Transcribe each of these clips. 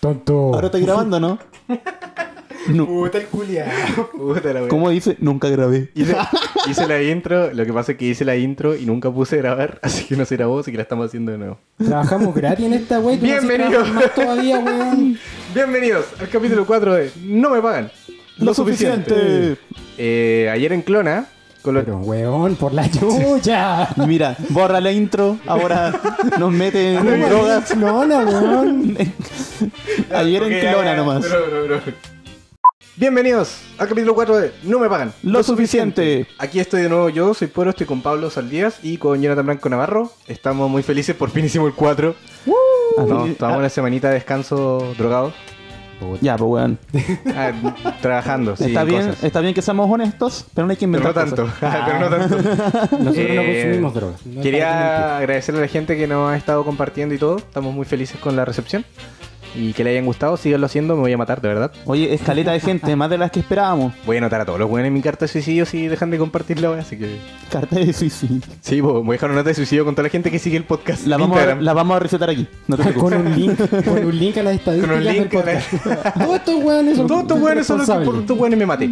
Tonto. Ahora estoy grabando, ¿no? No. Puta el culiao. Puta la wea. ¿Cómo dice? Nunca grabé. Hice, hice la intro, lo que pasa es que hice la intro y nunca puse grabar, así que no se grabó, así que la estamos haciendo de nuevo. Trabajamos gratis en esta wey. tú no haces Bienvenido. trabajar más todavía, weón. Bienvenidos al capítulo 4 de No me pagan. Lo, suficiente. Eh, ayer en Clona, con los- Pero weón, por la lluvia. Mira, borra la intro, ahora nos mete en drogas. Clona, weón. Ayer Ok, en ya, Clona ya, nomás. bro, bro, bro. Bienvenidos al capítulo 4 de No me pagan. Lo suficiente. Aquí estoy de nuevo yo, soy Poro, estoy con Pablo Saldías y con Jonathan Blanco Navarro. Estamos muy felices, por fin hicimos el 4. Ah, No, no. estábamos una semanita de descanso drogado. Ya, pues weón. Ah, trabajando, sí, está, bien, cosas. está bien que seamos honestos, pero no hay que Pero no inventar tanto, cosas. pero no Ah. tanto. Nosotros no Eh, consumimos drogas. No Quería agradecerle a la gente que nos ha estado compartiendo y todo. Estamos muy felices con la recepción. Y que le hayan gustado, síganlo haciendo, me voy a matar, de verdad. Oye, escaleta de gente, más de las que esperábamos. Voy a anotar a todos los buenos en mi carta de suicidio si dejan de compartirla, wea, así que... Carta de suicidio. Sí, bo, voy a dejar una nota de suicidio con toda la gente que sigue el podcast. La en vamos, a, Instagram. la vamos a recetar aquí. No te preocupes. Con un link, con un link a las estadísticas Con un del link a la- podcast. Todos estos weones son Todos estos weones son los que por responsables. estos weones me maté.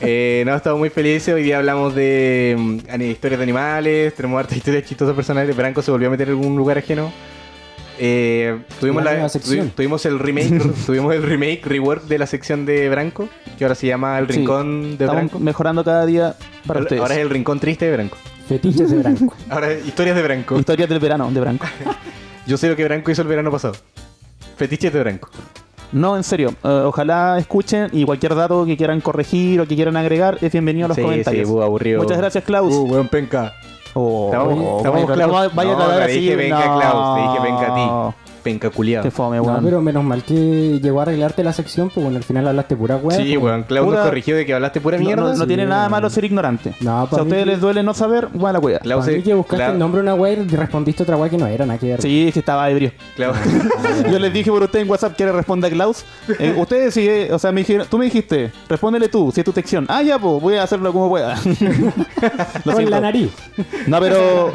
eh, no, estamos muy felices. Hoy día hablamos de mm, ani- historias de animales, tenemos hartas historias chistosas personales. Branco se volvió a meter en algún lugar ajeno. Eh, tuvimos, La la- nueva sección. tuvi- tuvimos el remake, tuvimos el remake, rework de la sección de Branco, que ahora se llama El Sí, Rincón de Estamos Branco. mejorando cada día para Ahora ustedes. ahora es el Rincón Triste de Branco. Fetiches de blanco. Ahora es historias de Branco. Historias del verano, de Branco. Yo sé lo que Branco hizo el verano pasado. Fetiches de Branco. No, en serio. eh, ojalá escuchen y cualquier dato que quieran corregir o que quieran agregar es bienvenido a los Sí, comentarios. sí, bu, aburrido. Muchas gracias, Klaus. Uh, weón penca. Oh, Estamos, oh, estamos vaya, Klaus. vaya- vaya a No, tratar te así, dije venga, no. Klaus. Te dije venga a ti. Penca culiado. Qué fome, No, weón. pero menos mal que llegó a arreglarte la sección, pues bueno, al final hablaste pura pues, weón. Sí, weón. Klaus nos Pura- corrigió de que hablaste pura No- mierda. No, no tiene Sí, nada weón. malo ser ignorante. No, si para a mí- ustedes les duele no saber, van a la cueva. Klaus, Para mí es- que buscaste Cla- el nombre de una wea y respondiste otra wea que no era, nada que ver. Sí, es que estaba ebrio. Klaus- Yo les dije por usted en WhatsApp que le responda a Klaus. Eh, ustedes sí, eh, o sea, me dijeron, tú me dijiste, respóndele tú, si es tu sección. Ah, ya, pues, voy a hacerlo como pueda. Lo Con la siento. nariz. No, pero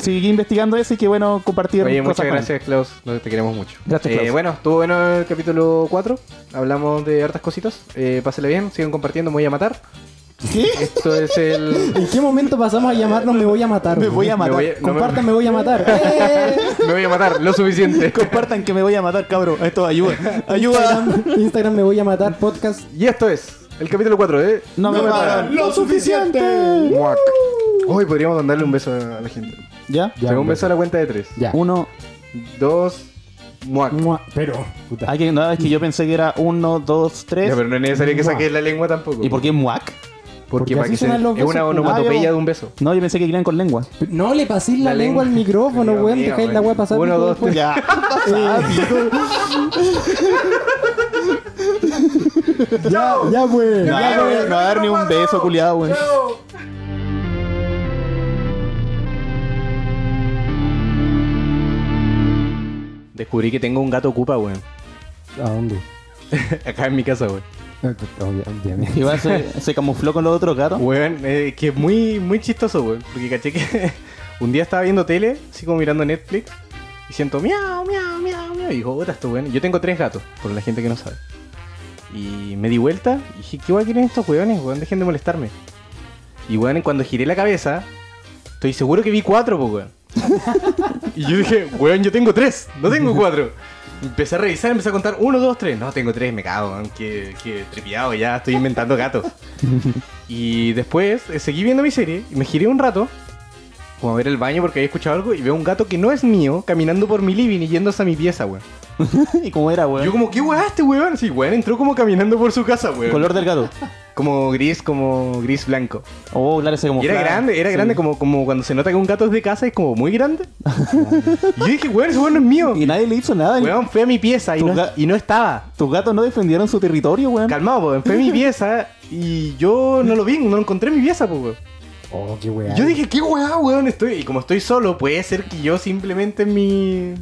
seguí investigando eso y qué bueno compartir Oye, cosas muchas con él. gracias, Klaus. No, te queremos mucho. Gracias, Eh, Klaus. bueno, estuvo bueno el capítulo 4. Hablamos de hartas cositas. Eh, pásale bien, sigan compartiendo. Me voy a matar. ¿Qué? Esto es el. ¿En qué momento pasamos a llamarnos Me voy a matar? Me weón? voy a Me matar. voy a- no me- Compartan, me voy a matar. ¡Eh! Me voy a matar, lo suficiente. Compartan que me voy a matar, cabrón. Esto ayuda. Ayuda. Instagram, Instagram me voy a matar podcast. Y esto es el capítulo 4 de. No me pagan. lo suficiente. Muac. Hoy podríamos mandarle un beso a la gente. ¿Ya? Ya, Tengo un hombre. beso a la cuenta de 3. Ya. Uno. Dos. Muac. Mua. Pero, puta. Hay que, no, es que yo pensé que era uno, dos, tres. Ya, pero no es necesario que Muac. saques la lengua tampoco. ¿Y por qué muac? Porque, Porque para así que se... suenan los es una besos, ah, onomatopeya ya. de un beso. No, yo pensé que querían con lengua. No le paséis la, lengua al micrófono, Dios weón. mío, Dejáis la weón. wea pasar. Uno, dijo dos, después. Ya. Eh. ah, Ya, ya, weón. No, Ya, weón. no va a dar ni un beso, culiado, weón. Descubrí que tengo un gato ocupa, weón. ¿A dónde? Acá en mi casa, weón. Ah, puta, Obviamente. Igual se, se camufló con los otros gatos. Weón, eh, que es muy, muy chistoso, weón. Porque caché que un día estaba viendo tele, así como mirando Netflix, y siento miau, miau, miau, miau. Y digo, puta, esto, weón. Yo tengo tres gatos, por la gente que no sabe. Y me di vuelta y dije, ¿qué weón quieren estos weones, weón? Dejen de molestarme. Y weón, cuando giré la cabeza, estoy seguro que vi cuatro, po, weón. y yo dije, weón, yo tengo tres, no tengo cuatro. Empecé a revisar, empecé a contar uno, dos, tres. No, tengo tres, me cago, weón. Que, que tripiado, ya estoy inventando gatos. Y después eh, seguí viendo mi serie y me giré un rato, como a ver el baño porque había escuchado algo, y veo un gato que no es mío caminando por mi living y yéndose a mi pieza, weón. ¿Y cómo era, weón? Yo como, ¿qué weá este weón? Sí, weón, entró como caminando por su casa, weón. Color del gato. Como gris, como gris blanco. Oh, claro, se Y camufló. era grande, era Sí. grande, como, como cuando se nota que un gato es de casa, es como muy grande. y yo dije, weón, ese weón no es mío. Y nadie le hizo nada. Weón, fue a mi pieza y Tu no, ga- y no estaba. Tus gatos no defendieron su territorio, weón. Calmado, weón, fue a mi pieza y yo no lo vi, no lo encontré en mi pieza, pues, weón. Oh, qué weá. Yo dije, qué weá, weón, estoy. Y como estoy solo, puede ser que yo simplemente en mi.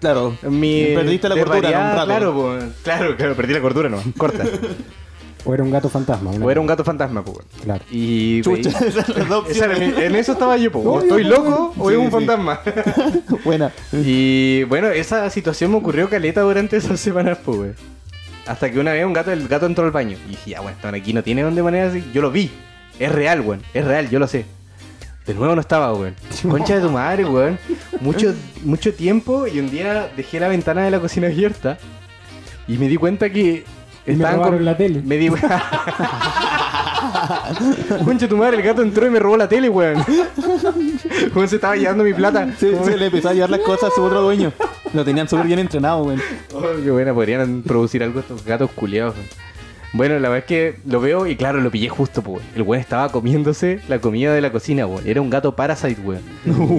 Claro. en mi. Perdiste la cordura, desvariada- ¿no? Un rato. pues, Claro, po, claro, claro, perdí la cordura, no. Corta. O era un gato fantasma. una- O era un gato fantasma, pues, weón. Claro. Y. Chucha, weón, esas son las dos esa era opciones. mi- en eso estaba yo, po. O Obvio, estoy po, loco o Sí, es un sí. fantasma. Buena. Y bueno, esa situación me ocurrió caleta durante esas semanas, pues, weón. Hasta que una vez un gato, el gato entró al baño. Y dije, ya, bueno, estaban aquí, no tiene dónde manera así. Yo lo vi. Es real, weón. Es real, yo lo sé. De nuevo no estaba, weón. Concha de tu madre, weón. Mucho, mucho tiempo y un día dejé la ventana de la cocina abierta. Y me di cuenta que. Y me robaron la tele. Me di. Concha de tu madre, el gato entró y me robó la tele, weón. Weón se estaba llevando mi plata. Sí, Como- sí, le empezó a llevar las cosas a su otro dueño. Lo tenían súper bien entrenado, weón. Oh, qué buena, podrían producir algo estos gatos culiados. weón. Bueno, la verdad es que lo veo y claro, lo pillé justo, pues. El weón estaba comiéndose la comida de la cocina, weón. Era un gato parasite, weón.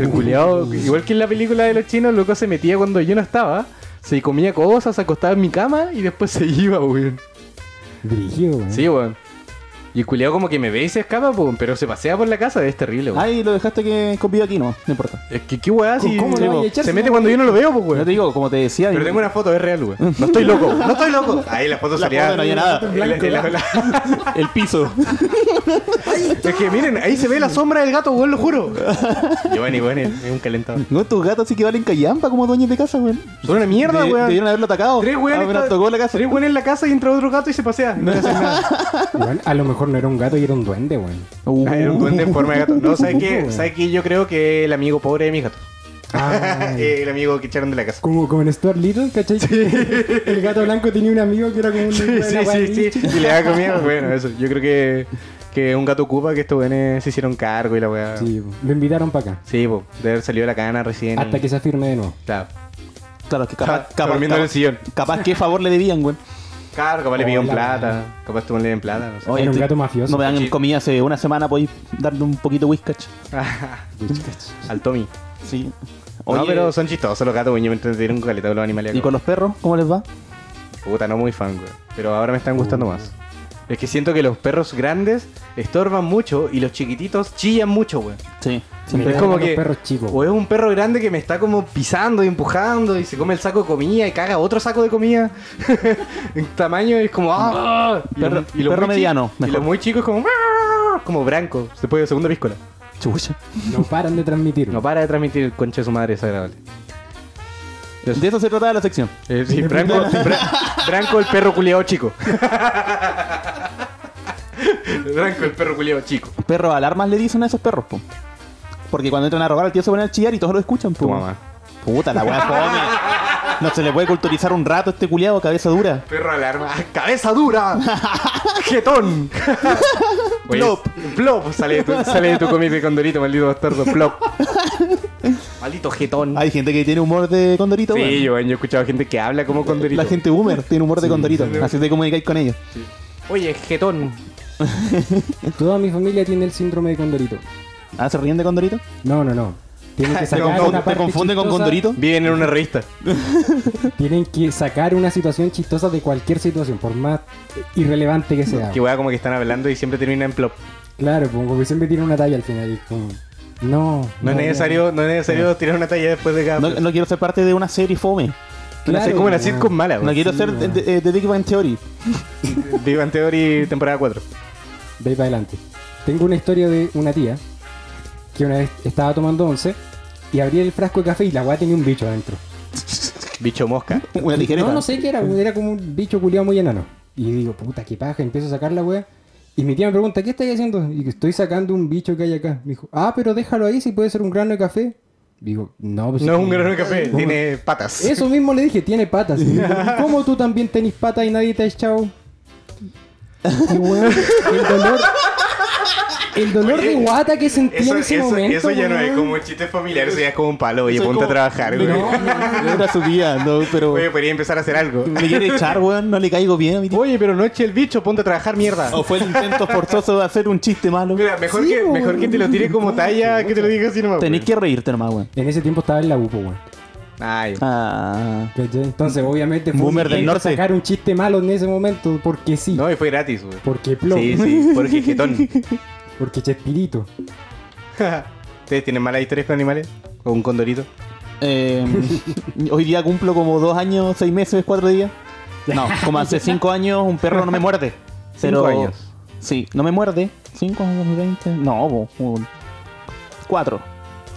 El culiao, igual que en la película de los chinos, loco se metía cuando yo no estaba. Se comía cosas, se acostaba en mi cama y después se iba, weón. Dirigido, weón. Sí, weón. Y el culiao como que me ve y se escapa, weón. Pero se pasea por la casa, es terrible, weón. Ay, lo dejaste que conviva aquí, no, no importa. Es que qué weá, si ¿Cómo lo se, vaya a echar si mete no- cuando yo no lo veo, pues, Yo te weón. digo, como te decía. Pero yo- tengo una foto, es real, weón. No estoy loco, no estoy loco. Ahí la foto La salía. foto no había nada. en la- en la- El piso. Es que miren, ahí se ve la sombra del gato, weón, lo juro. Giovanni, weón, es un calentador. No, tus gatos sí que valen callampa como dueños de casa, weón. Son una mierda, De- weón. Debieron haberlo atacado. Tres Ah, weones. bueno, está- tocó la casa. Tres weones en la casa y entra otro gato y se pasea. No le hacen nada. Weón, A lo mejor no era un gato y era un duende, weón. Uh. Ay, era un duende en forma de gato. No, ¿sabes qué? ¿Sabes qué? Yo creo que el amigo pobre de mis gatos. Ah, Ay. el amigo que echaron de la casa. Como, como en Stuart Little, ¿cachai? El gato blanco tenía un amigo que era como un... Sí, sí, sí, sí. Y le da comida. Bueno, eso. Yo creo que, que un gato ocupa que estos weones se hicieron cargo y la weá. Sí, Sí, me invitaron para acá. po. De haber salido de la cadena recién. Hasta que se afirme de nuevo. Claro. Claro, que Capaz, capaz, capaz, durmiendo en el capaz, sillón. capaz qué favor le debían, weón. Claro, capaz le pidieron Hola. plata. Capaz tú le en plata. No sé. Era un gato mafioso. No me dan Sí. comida hace una semana, podéis darle un poquito de whiskach. Al Tommy. Sí. no, Oh, Oye, pero son chistosos los gatos, güey. Yo me entretieron con caleta con los animales. ¿Y con los perros? ¿Cómo les va? Puta, no muy fan, güey. Pero ahora me están Uh. gustando más. Es que siento que los perros grandes estorban mucho y los chiquititos chillan mucho, güey. Sí. Siempre es como los que- perros chicos. O es un perro grande que me está como pisando y empujando y se come el saco de comida y caga otro saco de comida. en tamaño es como... ¡Ah! Y los- Perro- y los perro muy chi- mediano, Y los mejor. muy chicos como... "Ah", Como branco. Se puede segunda piscola. Chucha. No paran de transmitir. No para de transmitir el concha de su madre desagradable. Eso. De eso se trata la sección. Eh, sí, Branco, Bra- Branco el perro culiao chico. Branco el perro culiao chico. Perros alarmas le dicen a esos perros, po. Porque cuando entran a robar, el tío se pone a chillar y todos lo escuchan, po. Tu mamá. Puta, la weá fome. No se le puede culturizar un rato a este culiado, cabeza dura. Perro alarma. Cabeza dura. Jetón. Oye, Plop. Plop. Sale de tu, sale de tu cómic de Condorito, maldito bastardo. Plop. Maldito jetón. Hay gente que tiene humor de condorito, sí, weón. yo, yo he escuchado gente que habla como Condorito. La gente boomer tiene humor de condorito. Así te comunicáis con ellos. Oye, jetón. Toda mi familia tiene el síndrome de Condorito. Ah, ¿se ríen de condorito? No, no, no. Tienen que ¿Te sacar confun- una ¿Te parte confunden con chistosa- condorito? Viven en una revista. Tienen que sacar una situación chistosa de cualquier situación, por más irrelevante que Ah. sea. Que weá como que están hablando y siempre termina en plop. Claro, como que siempre tiene una talla al final. y como, no, No, es necesario, no es necesario tirar una talla después de cada. No, no quiero ser parte de una serie fome. Claro, es como una weón. sitcom mala, No weón. quiero sí, ser de, weón. de- de Big Bang Theory. Viva en Theory temporada 4. De ahí para adelante. Tengo una historia de una tía que una vez estaba tomando once y abría el frasco de café y la weá tenía un bicho adentro. Bicho mosca. Una tijereta. No, no sé qué era, era como un bicho culiado muy enano. Y digo, puta, qué paja, empiezo a sacar la weá. Y mi tía me pregunta, ¿qué estáis haciendo? Y que estoy sacando un bicho que hay acá. Me dijo, ah, pero déjalo ahí si puede ser un grano de café. Digo, no, pues No es un grano grano de café, tiene patas. Eso mismo le dije, tiene patas. Y me dijo, "¿Y ¿Cómo tú también tenés patas y nadie te ha echado? Y weón, el dolor. El dolor Oye, de guata que sentí Eso, en ese eso- momento. eso ya no es weón. como un chiste familiar, eso ya es como un palo. Oye, Soy ponte como- a trabajar, güey. No, no, no, Era su día, no, pero. Oye, podría empezar a hacer algo. Me quiere echar, weón. No le caigo bien a mi tío. Oye, pero no eche el bicho, ponte a trabajar, mierda. O fue el intento forzoso de hacer un chiste malo. Mira, mejor, Sí, que, güey. mejor que te lo tire como talla, que te lo diga así nomás. Tenés güey. que reírte nomás, weón. En ese tiempo estaba en la UPO, weón. Ay, Ah. ¿Cachai? Entonces, obviamente, fue Boomer un del intento norte. sacar un chiste malo en ese momento, porque sí. no, y fue gratis, güey. Porque plop. Sí, sí, porque jetón. Porque chespirito. ¿Ustedes tienen malas historias con animales? ¿O un condorito? Eh, hoy día cumplo como dos años, seis meses, cuatro días. No, como hace cinco años un perro no me muerde. Pero, Cinco años. Sí, no me muerde. 5 años 2020. No, po, weón. Cuatro.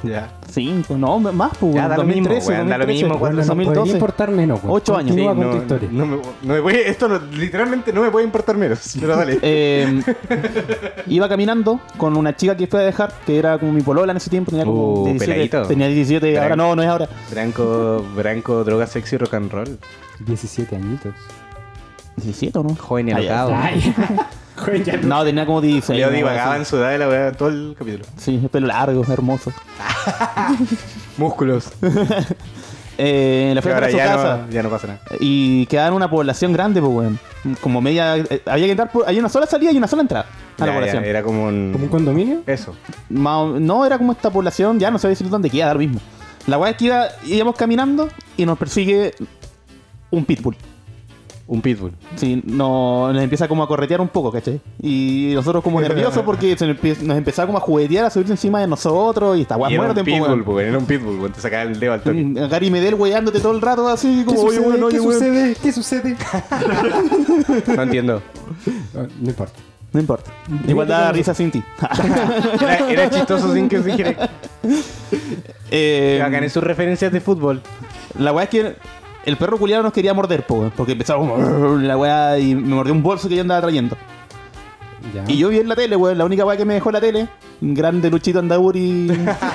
Ya. Cinco. No, m- más, pues. Ya, da lo mismo, weón, da lo mismo, Bueno, Cuando no nos podría 2012. importar menos, weón. Ocho años. Continúa Sí, con no, tu historia. no me, no me puede- esto no- literalmente no me puede importar menos. Pero dale. Eh, iba caminando con una chica que fue a dejar, que era como mi polola en ese tiempo. Tenía como Uh, 17. peladito. Tenía 17, ahora no, no es ahora. Branco, branco, droga, sexy, rock and roll. 17 añitos. 17 o no? Joven y Ah, ya. alocado. Joder, ya No, tenía como 16. Leo una wea divagaba así. en su edad de la weá todo el capítulo. Sí, pelo largo, hermoso. Músculos. Eh, la fui a dejar Pero ahora a su ya casa. no, ya no pasa nada. Y quedaba en una población grande, pues, weón. Como media. eh, había que entrar por. Hay una sola salida y una sola entrada a la Ya, ya, población. era como un... ¿Como un condominio? Eso. Más o- no, era como esta población, ya no sé decir dónde queda, ahora mismo. La weá es que iba- íbamos caminando y nos persigue un pitbull. Un pitbull. Sí, no, nos empieza como a corretear un poco, ¿cachai? Y nosotros como nerviosos porque se nos empie- nos empezaba como a juguetear, a subirse encima de nosotros y esta weá Y era un muérete, po, weón. pitbull, weón. Era un pitbull, weón. Te sacaba el dedo al toque. Mm, Gary Medel weyándote todo el rato así como, oye, weón, oye, weón. sucede? ¿Qué sucede? No entiendo. Ah, no importa. No importa. Igual da risa sin ti. Era, era chistoso sin que se dijera. Eh, Que hagan sus referencias de fútbol. La weá es que el perro culiado nos quería morder, po, weón, porque empezaba como "Arr", la weá y me mordió un bolso que yo andaba trayendo. Ya. Y yo vi en la tele, weón, la única weá que me dejó la tele, grande Luchito Andaur y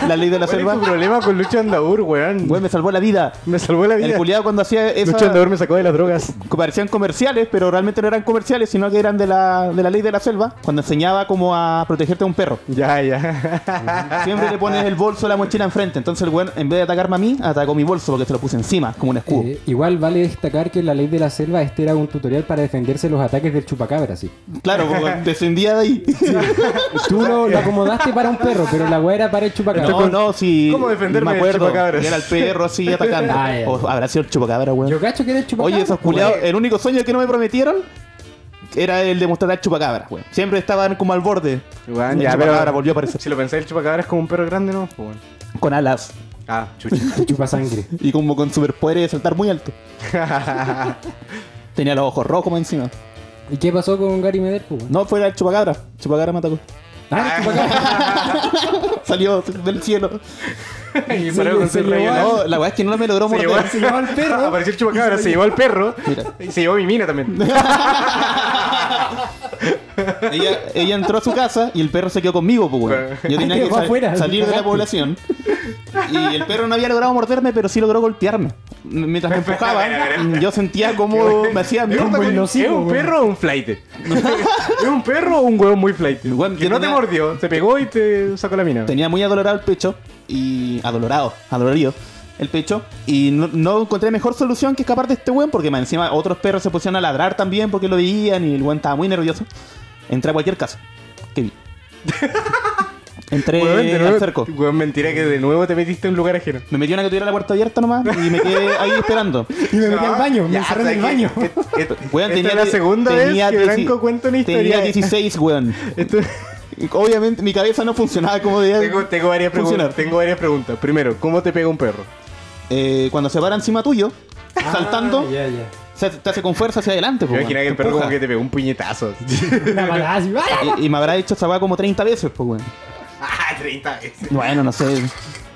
la ley de la ¿Cuál es tu selva, problema con Lucho Andaur, weón? weón, me salvó la vida. Me salvó la El vida. culiado cuando hacía Lucho esa Andaur me sacó de las drogas. parecían comerciales, pero realmente no eran comerciales, sino que eran de la, de la ley de la selva, cuando enseñaba como a protegerte a un perro. Ya, ya. Siempre le pones el bolso o la mochila enfrente, entonces el weón, en vez de atacarme a mí, atacó mi bolso porque se lo puse encima, como un escudo. Eh, igual vale destacar que en la ley de la selva este era un tutorial para defenderse los ataques del chupacabra, sí. Claro, como descendía de ahí. Tú lo, lo acomodaste para un perro, pero la weá era para el chupacabra. No, no, sí. ¿Cómo defenderme me del acuerdo, chupacabras? Era el perro así atacando. Ah, ya. o habrá sido el chupacabra, weón. Yo cacho que era el chupacabra. pues, Oye, esos culiados, eh. el único sueño que no me prometieron era el de mostrar al chupacabra, weón. Siempre estaban como al borde. Weón, el ya, chupacabra pero- volvió a aparecer. Si lo pensáis, el chupacabra es como un perro grande, ¿no? Pues, Bueno. Con alas Ah, chucha. Chupa sangre. y como con superpoderes de saltar muy alto. Tenía los ojos rojos más encima. ¿Y qué pasó con Gary Medel? po? No, fuera el chupacabra. El Chupacabra me atacó. Ah, el chupacabra. Salió del cielo. y Se paró lle- con se su rayo llevó láser. No, la weá es que no me logró Se morder. llevó, se llevó al perro. Apareció el chupacabra, se llevó al perro. Mira. Y se llevó mi mina también. ella, ella entró a su casa y el perro se quedó conmigo, pues, weón. Yo tenía Ay, que va sal- afuera, salir de la cagaste. población. Y el perro no había logrado morderme, pero sí logró golpearme. M- Mientras me empujaba, yo sentía como me hacía Es mierda. buen un- ¿Es nocivo, un weón. perro o un flight? ¿Es un perro o un huevo muy flight? Weón, Que no te tenía- mordió, te pegó y te sacó la mina. Tenía muy adolorado el pecho y adolorado, adolorido el pecho y no, no encontré mejor solución que escapar de este weón porque más encima otros perros se pusieron a ladrar también porque lo veían y el weón estaba muy nervioso. Entré a cualquier casa que vi. Entré Weón, de nuevo- al cerco. weón, mentira que de nuevo te metiste en un lugar ajeno. Me metí una que tuviera la puerta abierta nomás y me quedé ahí esperando. Y me metí No, al baño, me Ah, ya, encerré en el ¿sabes baño. qué? Que- que- Weón, Esta es la die- segunda vez tenía que dieci- Branco cuenta una historia. Tenía 16, weón. Esto- Obviamente mi cabeza no funcionaba como debía. tengo, tengo varias Funcionar. preguntas, tengo varias preguntas. Primero, ¿cómo te pega un perro? Eh, cuando se para encima tuyo, saltando, Ah, ya, ya. se, te hace con fuerza hacia adelante. po, Yo weón. imaginaba que el Te perro como empuja. que te pegó un puñetazo. Una balada así. ¡ah! Y, y me habrá hecho esa weá como 30 veces, pues, weón. ah, 30 veces. Bueno, no sé.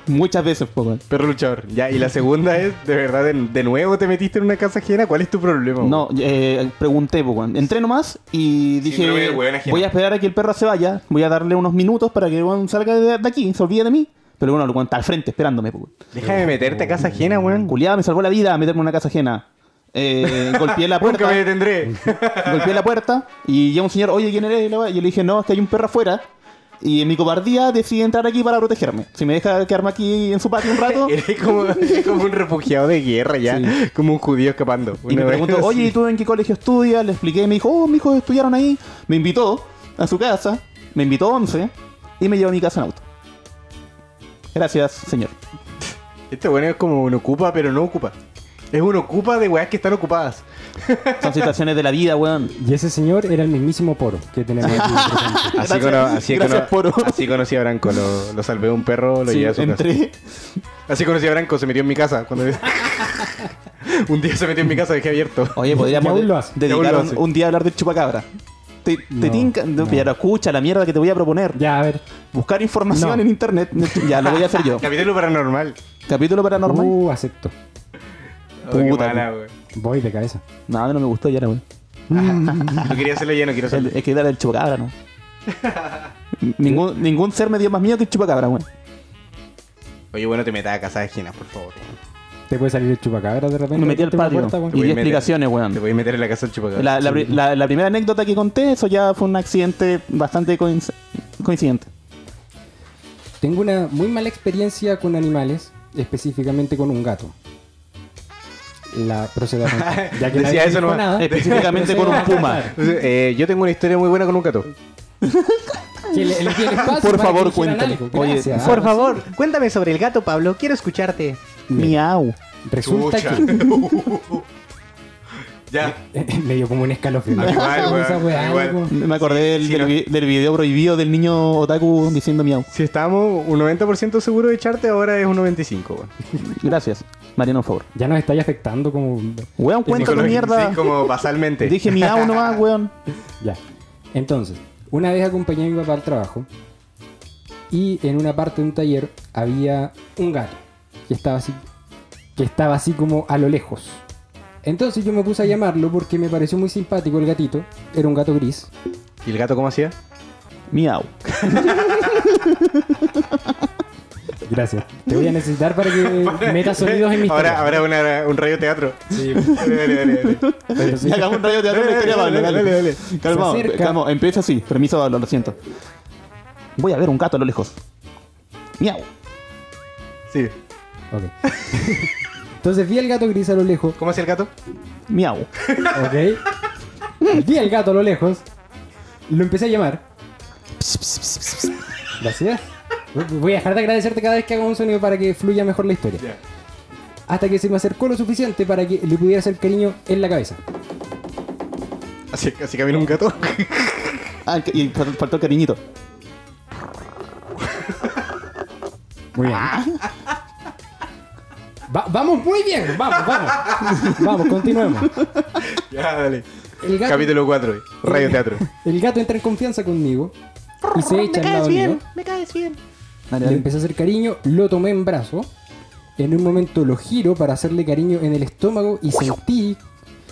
Muchas veces, pues, weón. Perro luchador. Ya, y la segunda es, de verdad, de, de nuevo te metiste en una casa ajena. ¿Cuál es tu problema? No, eh, pregunté, pues, weón. Entré nomás y pero voy dije, a- weón, ajeno. voy a esperar a que el perro se vaya, voy a darle unos minutos para que el weón salga de, de aquí, se olvide de mí. Pero bueno, el weón está al frente esperándome, pues, weón. Déjame meterte a casa ajena, weón. Culiada me salvó la vida meterme en una casa ajena. Eh, golpeé la Nunca me puerta, detendré. golpeé la puerta y llega un señor, oye, ¿quién eres? Y la wea- y yo le dije, no, es que hay un perro afuera. Y en mi cobardía decidí entrar aquí para protegerme. Si me deja quedarme aquí en su patio un rato. Eres como, eres como un refugiado de guerra ya. Sí. Como un judío escapando. Y me Una preguntó, vez- oye, ¿y tú en qué colegio estudias? Le expliqué, me dijo, oh, mis hijos estudiaron ahí. Me invitó a su casa, me invitó a 11 y me llevó a mi casa en auto. Gracias, señor. Este weón es como un ocupa, pero no ocupa. Es un ocupa de weas que están ocupadas. Son situaciones de la vida, weón. Y ese señor era el mismísimo poro que tenemos aquí. presente. Así, Gracias- cono- así, gracias, cono- Poro. así conocí a Branco. Lo, lo salvé de un perro, lo Sí, llevé a su casa. entré, Así conocí a Branco, se metió en mi casa. cuando Un día se metió en mi casa, dejé abierto. Oye, podríamos Y aún de- lo hace. dedicar Y aún lo un, hace. un día a hablar del chupacabra. te, te No, tinca. No, no. pero ahora escucha la mierda que te voy a proponer. Ya, a ver. Buscar información No. en internet. Ya, lo voy a hacer yo. Capítulo paranormal. Capítulo paranormal. Uh, acepto. Oh, qué Puta, mala, güey. Voy de cabeza. Nada, no me gustó, ya era bueno. Yo quería hacerlo ya, no quiero El- hacerlo. Es que era el chupacabra, ¿no? ningún, ningún ser me dio más miedo que el chupacabra, weón. Oye, bueno, te metas a casa de esquinas, por favor. güey. Te puede salir el chupacabra de repente. Me metí al Te abre patio la puerta, weón. y Te di voy a meter. explicaciones, weón. Te voy a meter en la casa del chupacabra. La, la pri- la- la primera anécdota que conté, eso ya fue un accidente bastante coinc- coincidente. Tengo una muy mala experiencia con animales, específicamente con un gato. La procedo a contar, ya que Decía nadie eso dijo nomás. nada, Eh, Específicamente con un puma. Entonces, eh, yo tengo una historia muy buena con un gato. que le- le di el espacio Por para favor, que hicieran cuéntame. algo. Oye, Gracias. por favor, cuéntame sobre el gato, Pablo. Quiero escucharte. Mira, Miau. Resulta Chucha. que Ya. me dio como un escalofrío. Al igual, weón, Esa weá, al igual. weón. Me acordé del, sí, del no. vi- del video prohibido del niño otaku diciendo miau. Si estamos un 90% seguro de echarte, ahora es un 95, weón. Gracias. Mariano, por favor. Ya nos estáis afectando como... Weón, cuenta tu Psicológico, mierda. sí, como basalmente. Dije miau nomás, weón. Ya. Entonces, una vez acompañé a mi papá al trabajo y en una parte de un taller había un gato que estaba así, que estaba así como a lo lejos. Entonces yo me puse a llamarlo porque me pareció muy simpático el gatito. Era un gato gris. ¿Y el gato cómo hacía? Miau. Gracias. Te voy a necesitar para que metas sonidos en mis Ahora, ahora una- un radio teatro. Sí, Dale, dale, dale, dale. pero sí. Ya hagamos un radio teatro de la historia, Dale, Pablo. dale, Dale, dale, Calmado, Se acerca. calmado. Empieza así. Permiso, Pablo, lo siento. Voy a ver un gato a lo lejos. Miau. Sí. Ok. Entonces vi al gato gris a lo lejos. ¿Cómo hacía el gato? Miau. Ok. Vi al gato a lo lejos. Lo empecé a llamar. Gracias. Voy a dejar de agradecerte cada vez que hago un sonido para que fluya mejor la historia. Ya. Hasta que se me acercó lo suficiente para que le pudiera hacer cariño en la cabeza. Así, así camina un gato. Ah, y fal- faltó el cariñito. Muy bien. Va- vamos muy bien, vamos, vamos. Vamos, continuemos. ya, dale. El gato, Capítulo 4. Radio teatro. el gato entra en confianza conmigo y se echa al lado mío. me caes bien. Dale, Le dale. empecé a hacer cariño, lo tomé en brazo. En un momento lo giro para hacerle cariño en el estómago y sentí,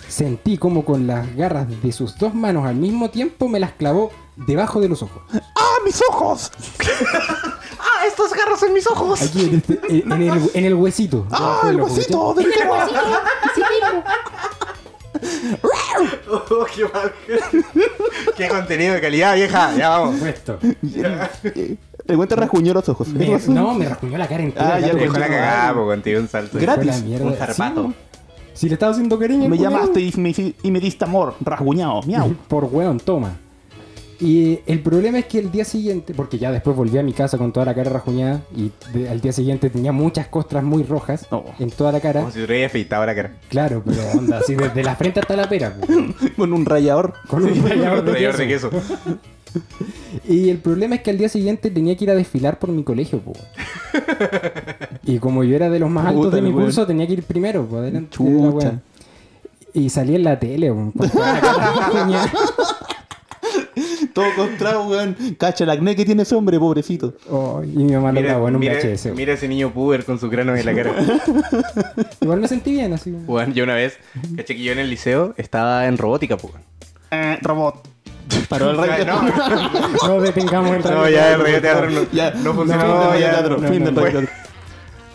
sentí como con las garras de sus dos manos al mismo tiempo me las clavó debajo de los ojos. ¡Ah, mis ojos! ¡Ah, estos garros en mis ojos! Aquí en, este- en- en el, en el huesito. ¡Ah, debajo del el ojo, huesito! del dedo! Oh, qué mal. qué contenido de calidad, vieja. Ya vamos. ¿cachai? Puesto. El güey te rasguñó los ojos. Me- no, me rasguñó la cara entera. Ah, ya gato, lo coño, Dejó la Conchetumare. cagada, po, contigo un salto. Gratis. fue la Un mierda. zarpazo. Sí, si le estaba haciendo cariño. el Me culero. llamaste y me, hici- y me diste amor, rasguñado, miau. Por weón, toma. Y eh, el problema es que el día siguiente, porque ya después volví a mi casa con toda la cara rajuñada y de- al día siguiente tenía muchas costras muy rojas No. en toda la cara. Como si te hubieras afeitado la cara. Claro, pero onda, así desde la frente hasta la pera. pues. Con un rayador. Con un rallador de Rallador de queso. queso. Y el problema es que al día siguiente tenía que ir a desfilar por mi colegio, po. Y como yo era de los más altos Puta, de mi el weón. curso, tenía que ir primero, po, adelante de la Chucha. wea. Y salí en la tele, po, con toda la cara rajuñada. Todo contrado, weón. Cacha el acné que tiene ese hombre, pobrecito. Oh, y mi mamá lo Mira, grabó en un mira- VHS. po. mira ese niño puber con sus granos en la cara. Igual me sentí bien, así. Bueno, yo una vez, caché que yo en el liceo estaba en robótica, pues. Eh, robot. Paró el radio. No, no, No detengamos el no, radio. ya el radio teatro no, Ya, no fin del funcionó. radio ya, teatro, no, fin no, del fue. radio teatro.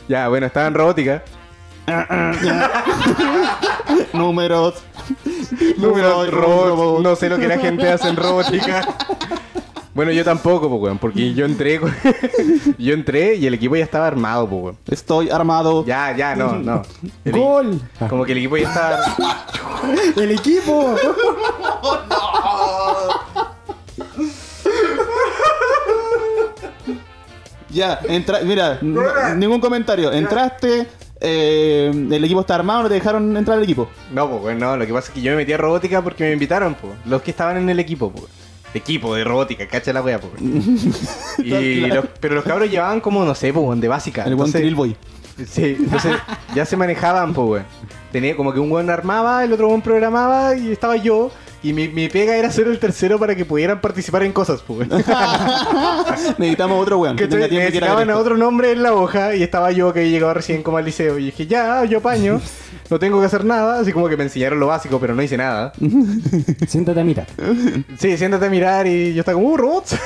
Ya, bueno, estaba en robótica. Número dos. Número Robot, robot, robot. No sé lo que la gente hace en robótica. Bueno, yo tampoco, pues, weón, porque yo entré, weón. yo entré y el equipo ya estaba armado, pues, weón. Estoy armado. Ya, ya, no, no. El- ¡Gol! Ah. Como que el equipo ya estaba... ¡El equipo! Ya, entra, mira, n- ningún comentario. Entraste, eh, el equipo está armado, no te dejaron entrar al equipo. No, pues, weón, no. Lo que pasa es que yo me metí a robótica porque me invitaron, pues. Los que estaban en el equipo, pues. Equipo de robótica, cacha la wea, pues. y Claro. los- pero los cabros llevaban como, no sé, pues, weón, de básica. El buen Entonces- Krill Boy. Sí, entonces ya se manejaban, pues, weón. Tenía como que un weón armaba, el otro weón programaba y estaba yo, Y mi, mi pega era ser el tercero para que pudieran participar en cosas, pues. weón. Necesitamos otro weón. Que ¿Cachai? tenga tiempo y quiera Necesitaban ver a esto. otro nombre en la hoja y estaba yo que llegaba recién como al liceo. Y dije, ya, yo apaño, no tengo que hacer nada. Así como que me enseñaron lo básico, pero no hice nada. Siéntate a mirar. Sí, siéntate a mirar y yo estaba como, uh, robots.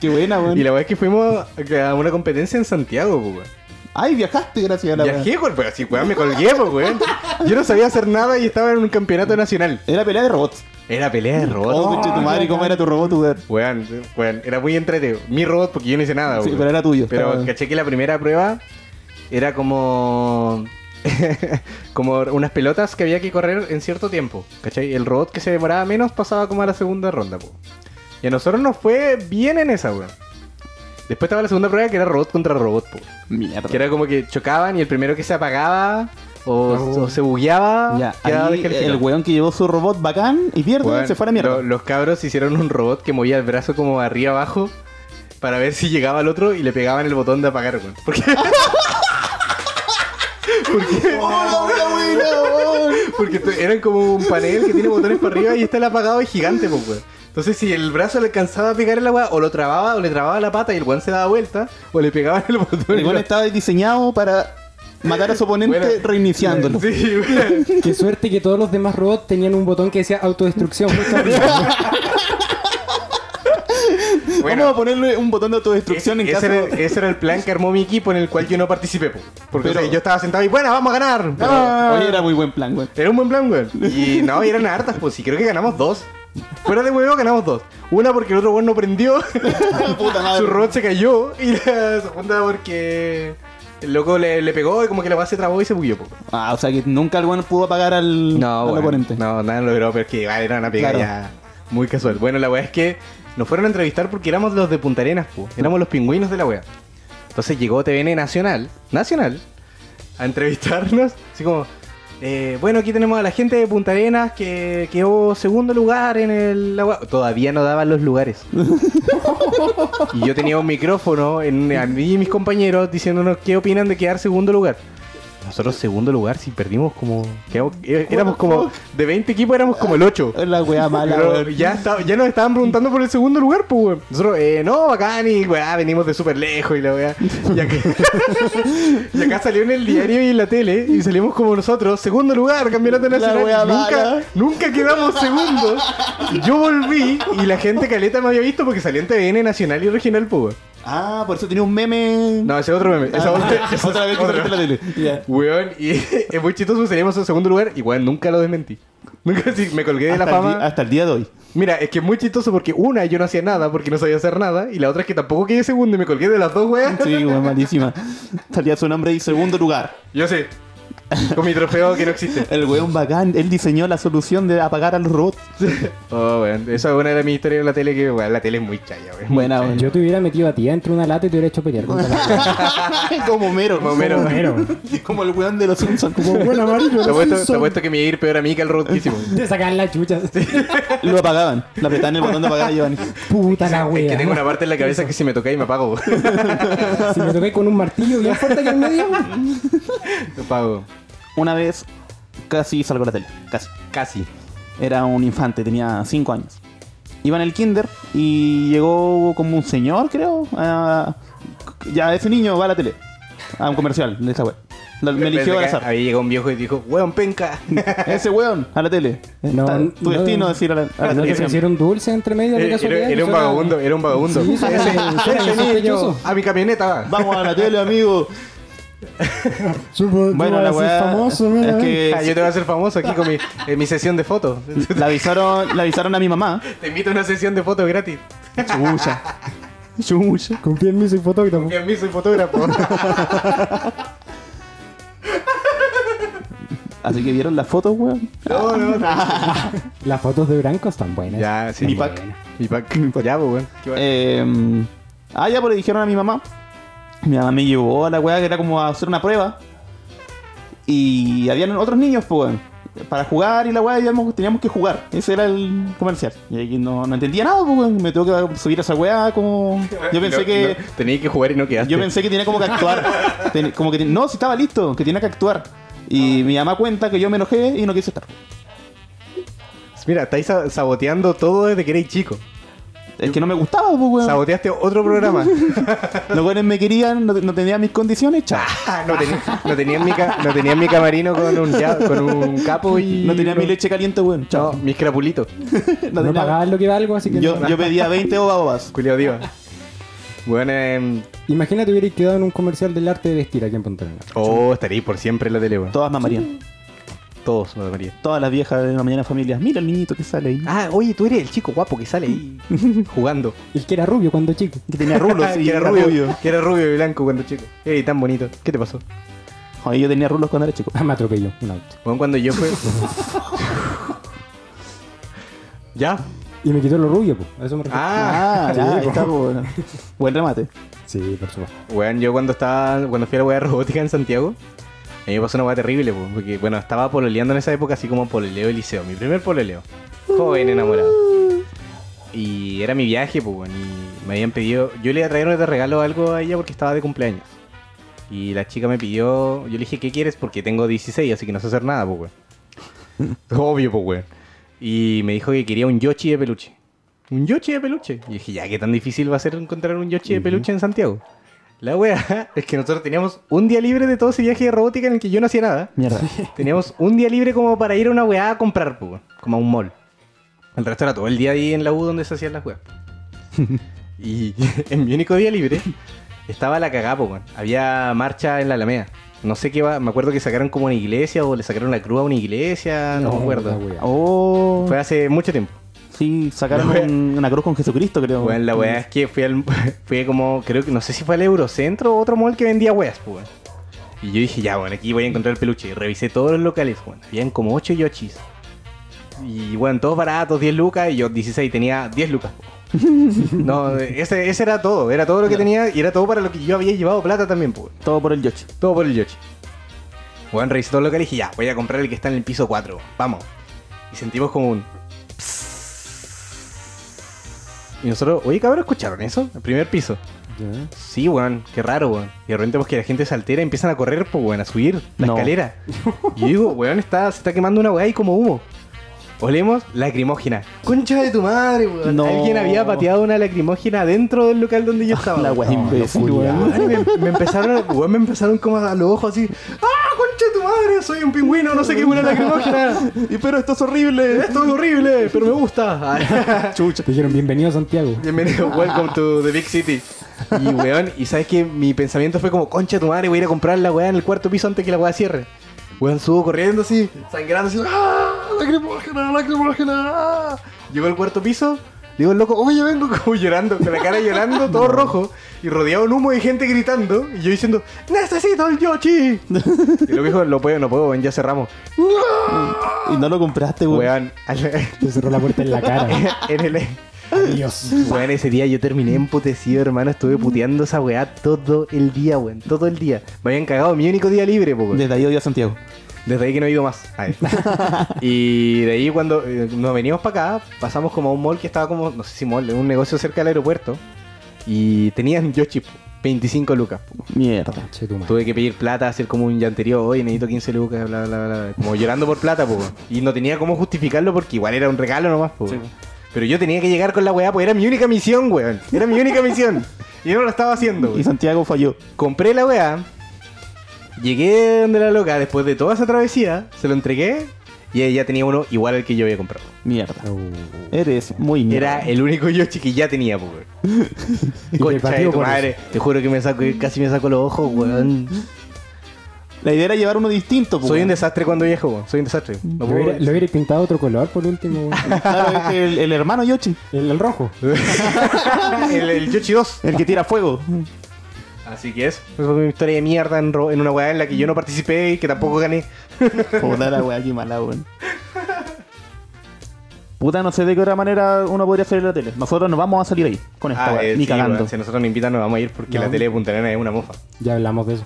Qué buena, weón. Y la verdad es que fuimos a una competencia en Santiago, pues, weón. Ay, viajaste gracias a la weá. Viajé, weón, pero así, weón, me colgué, pues, weón. Yo no sabía hacer nada y estaba en un campeonato nacional. Era pelea de robots. Era pelea de robots. Oh, coche tu madre, ¿cómo era tu robot, weón? Weón, weón, era muy entretenido. Mi robot, porque yo no hice nada, Sí, weón. pero era tuyo, Pero estaba- caché que la primera prueba era como. como unas pelotas que había que correr en cierto tiempo. ¿Cachai? El robot que se demoraba menos pasaba como a la segunda ronda, po. Y a nosotros nos fue bien en esa, weón. Después estaba la segunda prueba que era robot contra robot, po. Mierda. Que era como que chocaban y el primero que se apagaba o, Oh. o se bugueaba. Ah, Ya, quedaba ahí descalificado. el weón que llevó su robot bacán y pierde, Weón, se fue a la mierda. lo- los cabros hicieron un robot que movía el brazo como arriba abajo para ver si llegaba al otro y le pegaban el botón de apagar, weón. Porque, ¡Hola, hola, ¡Oh, buena, weón! porque t- eran como un panel que tiene botones para arriba y está el apagado y gigante, pues, weón. Entonces, si el brazo le alcanzaba a pegar el agua, o lo trababa, o le trababa la pata y el weón se daba vuelta, o le pegaban el botón. El weón estaba diseñado para matar a su oponente Bueno, reiniciándolo. Sí, weón. Qué suerte que todos los demás robots tenían un botón que decía autodestrucción. justo arriba. Bueno. e-, Vamos a ponerle un botón de autodestrucción en ese, caso... era, el- ese era el plan que armó mi equipo en el cual yo no participé, po. porque Pero- o sea, yo estaba sentado y bueno, vamos a ganar. Pero, Ah. Oye, era muy buen plan, weón. Era un buen plan, weón. Y no, y eran hartas, pues sí, creo que ganamos dos. Fuera de huevo ganamos dos. Una porque el otro weón no prendió, Puta madre. su robot se cayó y la segunda porque el loco le, le pegó y como que la base trabó y se bugueó. po. Ah, o sea que nunca el weón pudo apagar al, al weón, oponente. No, nada logró, pero es que vale, era una pega Claro. ya muy casual. Bueno, la weá es que nos fueron a entrevistar porque éramos los de Punta Arenas, po. éramos los pingüinos de la weá. Entonces llegó TVN Nacional, Nacional, a entrevistarnos, así como, eh, bueno, aquí tenemos a la gente de Punta Arenas que quedó segundo lugar en el... la weá". Todavía no daban los lugares. y yo tenía un micrófono en, a mí y mis compañeros diciéndonos qué opinan de quedar segundo lugar. Nosotros segundo lugar, si perdimos como... quedamos- eh, éramos como... De 20 equipos éramos como el 8. Es La weá mala, Pero weón. ya, está- ya nos estaban preguntando por el segundo lugar, pues, weón. Nosotros, eh, no, bacán, y weá, venimos de súper lejos y la weá. Y acá, y acá salió en el diario y en la tele y salimos como nosotros, segundo lugar, campeonato nacional. weá Nunca, mala. nunca quedamos segundos. Yo volví y la gente caleta me había visto porque salió en TVN nacional y regional, pues, weón. Ah, por eso tenía un meme. No, ese otro meme. Ah, Esa otra, esa otra vez que otra. te la tele. Ya. Weón, y es muy chistoso, salimos en segundo lugar y weón, nunca lo desmentí. Nunca sí, me colgué de la Hasta, fama. el di- hasta el día de hoy. Mira, es que es muy chistoso porque una yo no hacía nada porque no sabía hacer nada y la otra es que tampoco quedé segundo y me colgué de las dos weas. Sí, weón, malísima. Salía su nombre y segundo lugar. Yo sé. Con mi trofeo que no existe. El weón bacán, él diseñó la solución de apagar a los robots. Oh, weón. Esa es una de mis historias en la tele que, weón, la tele es muy chaya, weón. Buena, weón. Yo te hubiera metido a ti dentro de una lata y te hubiera hecho pelear. contra la- como mero. Como Homero. Como el weón de los Simpsons. Como buen amarillo. Te apuesto, te apuesto que me iba a ir peor a mí que al robot que hicimos. Te sacaban las chuchas. Lo apagaban. Le apretaban el botón de apagar a Giovanni. Puta la wea. Es que tengo una parte en la cabeza que si me tocáis me apago. weón. Si me toqué con un martillo bien fuerte que en medio. Me apago. Una vez casi salgo a la tele. Casi. Casi. Era un infante, tenía 5 años. Iba en el kinder y llegó como un señor, creo. a- ya, ese niño va a la tele. A un comercial de esa web. Me eligió al azar. Ahí llegó un viejo y dijo, weón, penca. Eh, Ese weón, a la tele. No, Está- no. tu destino es ir a la, a la ¿No te televisión. pusieron dulce entre medio de Era, casualidad? era Eh, un Suena- vagabundo, era un vagabundo. Sí, suena- Ese- suena ese niño, sospechoso. a mi camioneta va. Vamos a la tele, amigo. Bueno, la weá. es que eh. Ah, yo te voy a hacer famoso aquí con mi, en mi sesión de fotos. la avisaron, la avisaron a mi mamá. Te invito a una sesión de fotos gratis. Chucha. Chucha. Confía en mí, soy fotógrafo. Confía en mí, soy fotógrafo. Así que vieron las fotos, weón. No, no, no. Las fotos de Branco están buenas. Ya, sí. Mi bueno. pack. Mi pack. Ya, pues, weón. Qué bueno. Eh, ah, ya, pues le dijeron a mi mamá. Mi mamá me llevó a la weá que era como a hacer una prueba. Y habían otros niños, pues, weón. Para jugar y la weá digamos, teníamos que jugar. Ese era el comercial. Y ahí no, no entendía nada, pues, weón. Me tengo que subir a esa weá como... Yo pensé No, que... no, tenía Eh, que jugar y no quedaste. Yo pensé que tenía como que actuar. Ten- como que ten- no, si estaba listo, que tenía que actuar. Y mi mamá cuenta que yo me enojé y no quise estar. Mira, estáis sa- saboteando todo desde que erais chico. Es que no me gustaba, pues, weón. Saboteaste otro programa. Los weones me querían, no, no tenían mis condiciones, chao. Ah, no, tenía, no, tenía en mi ca- no tenía en mi camarino con un, ya- con un capo y. No tenía mi leche caliente, weón, No, chao. mis crapulitos. No No, tenía- pagaban lo que valgo, así que. yo, no. yo pedía 20 obabas. Culiao diva. Bueno, em, Imagínate hubierais quedado en un comercial del arte de vestir aquí en Punta Arenas. oh, estaréis por siempre en la tele, weón. Todas mamarían. Todos, Madre María. Todas las viejas de la mañana familia. Mira el niñito que sale ahí. Ah, oye, tú eres el chico guapo que sale ahí jugando. El que era rubio cuando chico. Que tenía rulos y que era rubio, Que era rubio y blanco cuando chico. Ey, tan bonito. ¿Qué te pasó? Joder, yo tenía rulos cuando era chico. Ah, me atropelló un auto. Bueno, cuando yo fui. ya. Y me quitó lo rubio, pues. A eso me refiero. Ah, Ah, ya, ahí po. está, po, bueno. Buen remate. Sí, por supuesto. Weón, yo cuando estaba. Cuando fui a la weá robótica en Santiago, a mí me pasó una weá terrible, po, porque bueno, estaba pololeando en esa época así como pololeo de liceo, mi primer pololeo. Joven enamorado. Y era mi viaje, pues weón, y me habían pedido. Yo le iba a traer de regalo algo a ella porque estaba de cumpleaños. Y la chica me pidió. Yo le dije, ¿qué quieres? Porque tengo 16, así que no sé hacer nada, pues weón. Obvio, pues weón. Y me dijo que quería un Yoshi de peluche. Un Yoshi de peluche. Y dije, ya, qué tan difícil va a ser encontrar un Yoshi de peluche en Santiago. La wea es que nosotros teníamos un día libre de todo ese viaje de robótica en el que yo no hacía nada. Mierda. Teníamos un día libre como para ir a una weá a comprar, po, weón, como a un mall. El resto era todo el día ahí en la U donde se hacían las weas. y en mi único día libre estaba la cagada, po, weón. Había marcha en la Alameda. No sé qué va, me acuerdo que sacaron como una iglesia o le sacaron la cruz a una iglesia, no, me la acuerdo. wea. Oh, Fue hace mucho tiempo. sí, sacaron La wea- un- una cruz con Jesucristo, creo. Bueno, la weá es que fui al. Fui como. Creo que no sé si fue al Eurocentro o otro mall que vendía weas, pues. weón. Y yo dije, ya, bueno, aquí voy a encontrar el peluche. Y revisé todos los locales, weón. Habían como 8 yochis. Y bueno, todos baratos, 10 lucas. Y yo 16 tenía 10 lucas. po. no, ese, ese era todo. Era todo lo que tenía. Y era todo para lo que yo había llevado plata también, pues. Todo por el Yoshi. Todo por el Yoshi. Weón, revisé todo el local y dije, ya, voy a comprar el que está en el piso 4. Vamos. Y sentimos como un... Y nosotros, oye cabrón, ¿escucharon eso? El primer piso. Ya. Sí, weón, qué raro, weón. Y de repente pues que la gente se altera y empiezan a correr, pues weón, a subir la No. escalera. Y yo digo, weón, está, se está quemando una weá y como humo. Olemos lacrimógena. Concha de tu madre, weón. No. Alguien había pateado una lacrimógena dentro del local donde yo estaba. La weón. weá imbécil, weón. Madre, me, me empezaron, weón, me empezaron como a los ojos así. ¡Ah, concha de tu madre! Soy un pingüino, no sé qué es una lacrimógena. Y pero esto es horrible. Esto es horrible, pero me gusta. Ay, Chucha. Te dijeron bienvenido a Santiago. Bienvenido, welcome to the big city. Y weón, y sabes que mi pensamiento fue como, concha de tu madre, voy a ir a comprar la weá en el cuarto piso antes que la weá cierre. Weón, subo corriendo así, sangrando así, ¡ah! ¡Lacrimógena, lacrimógena! ¡ah! Llego al cuarto piso, digo el loco, oye, vengo como llorando, con la cara llorando, todo rojo, y rodeado en humo y gente gritando, y yo diciendo, ¡Necesito el Yoshi! y lo dijo, no puedo, no puedo, weón, ya cerramos. Y no lo compraste, weón. Weón, al- Te cerró la puerta en la cara. en el. Adiós. Weón, ese día yo terminé emputecido, hermano. Estuve puteando esa weá todo el día, weón. Todo el día. Me habían cagado mi único día libre, po, weón. Desde ahí odio a Santiago. Desde ahí que no he ido más. Ay. y de ahí cuando eh, nos veníamos para acá, pasamos como a un mall que estaba como, no sé si mall, un negocio cerca del aeropuerto. Y tenían Yoshi, po, 25 lucas. po. Mierda. Che, tu madre. Tuve que pedir plata, hacer como un ya anterior, oye, necesito 15 lucas, bla, bla, bla, bla. Como llorando por plata, po. weón. Y no tenía cómo justificarlo porque igual era un regalo nomás, po. weón. Pero yo tenía que llegar con la weá, pues era mi única misión, weón. Era mi única misión. Y no lo estaba haciendo, Y weón. Santiago falló. Compré la weá, llegué donde la loca después de toda esa travesía, se lo entregué y ella ya tenía uno igual al que yo había comprado. Mierda. Oh. Eres muy mierda. Era el único Yoshi que ya tenía, po, weón. Y te Concha de pateó tu por madre. Te juro que me saco, casi me saco los ojos, weón. La idea era llevar uno distinto, po, Soy un weón. desastre cuando viejo, weón. soy un desastre. No Lo puedo- hubiera, lo hubiera pintado otro color por último. weón. Claro, es que el, el hermano Yoshi. El, el rojo. el, el Yoshi 2. El que tira fuego. Así que eso. Eso fue una historia de mierda en, ro- en una weá en la que yo no participé y que tampoco gané. Puta la weá, qué mala, weón. Puta, no sé de qué otra manera uno podría salir de la tele. Nosotros nos vamos a salir ahí con esta weá, eh, ni sí, cagando. weón, si nosotros nos invitan, nos vamos a ir porque No. la tele de Punta Arenas es una mofa. Ya hablamos de eso.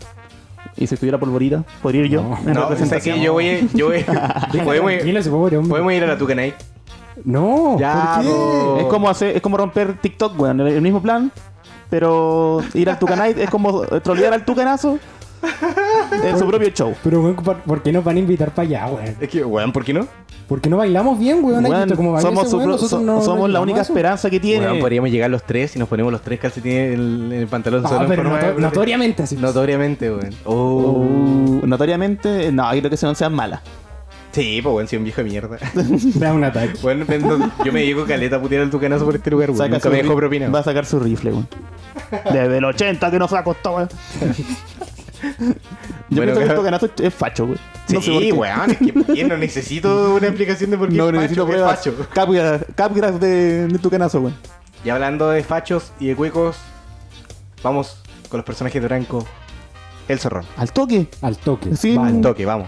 Y si estuviera polvorita, podría ir yo. No. en No, o sea representación. que yo voy. a- Yo voy podemos, Tranquilo, ir, ese pobre hombre. podemos ir a la Tucanay. No. Ya, ¿por qué? po. Es como hacer, es como romper TikTok, weón. El, el mismo plan, pero ir al Tucanay es como trolear al Tucanazo en su propio show. Pero, weón, ¿por, por qué nos van a invitar para allá, weón? Es que, weón, ¿por qué no? ¿Por qué no bailamos bien, weón? ¿Has Weón, visto cómo baila somos ese su weón? pro- Nosotros so- no- no somos la bailamos única eso. esperanza que tiene. Eh. Weón, podríamos llegar los tres y nos ponemos los tres calcetines en, en el pantalón No, solo en Ah, pero forma noto- de- notoriamente así. Notoriamente, weón. Oh. Uh, notoriamente, no, yo creo que esa no sea mala. Sí, pues weón, soy un viejo de mierda. Da un ataque. Bueno, yo me dedico caleta a putear al tucanazo por este lugar, weón. Saca Nunca su me dejó ri- propina. Va a sacar su rifle, weón. Desde el 80 que nos ha costado, weón. Yo pienso que Bueno, claro. esto ganazo es facho, weón. Sí, No sé por qué. weón, es que ¿por qué? no necesito una explicación de por qué No es facho, necesito que es pruebas. facho. Capgra- Capgras de, de tu canazo, weón. Y hablando de fachos y de cuecos, vamos con los personajes de Branco. El zorrón. Al toque. Al toque. Sin- Va, al toque, vamos.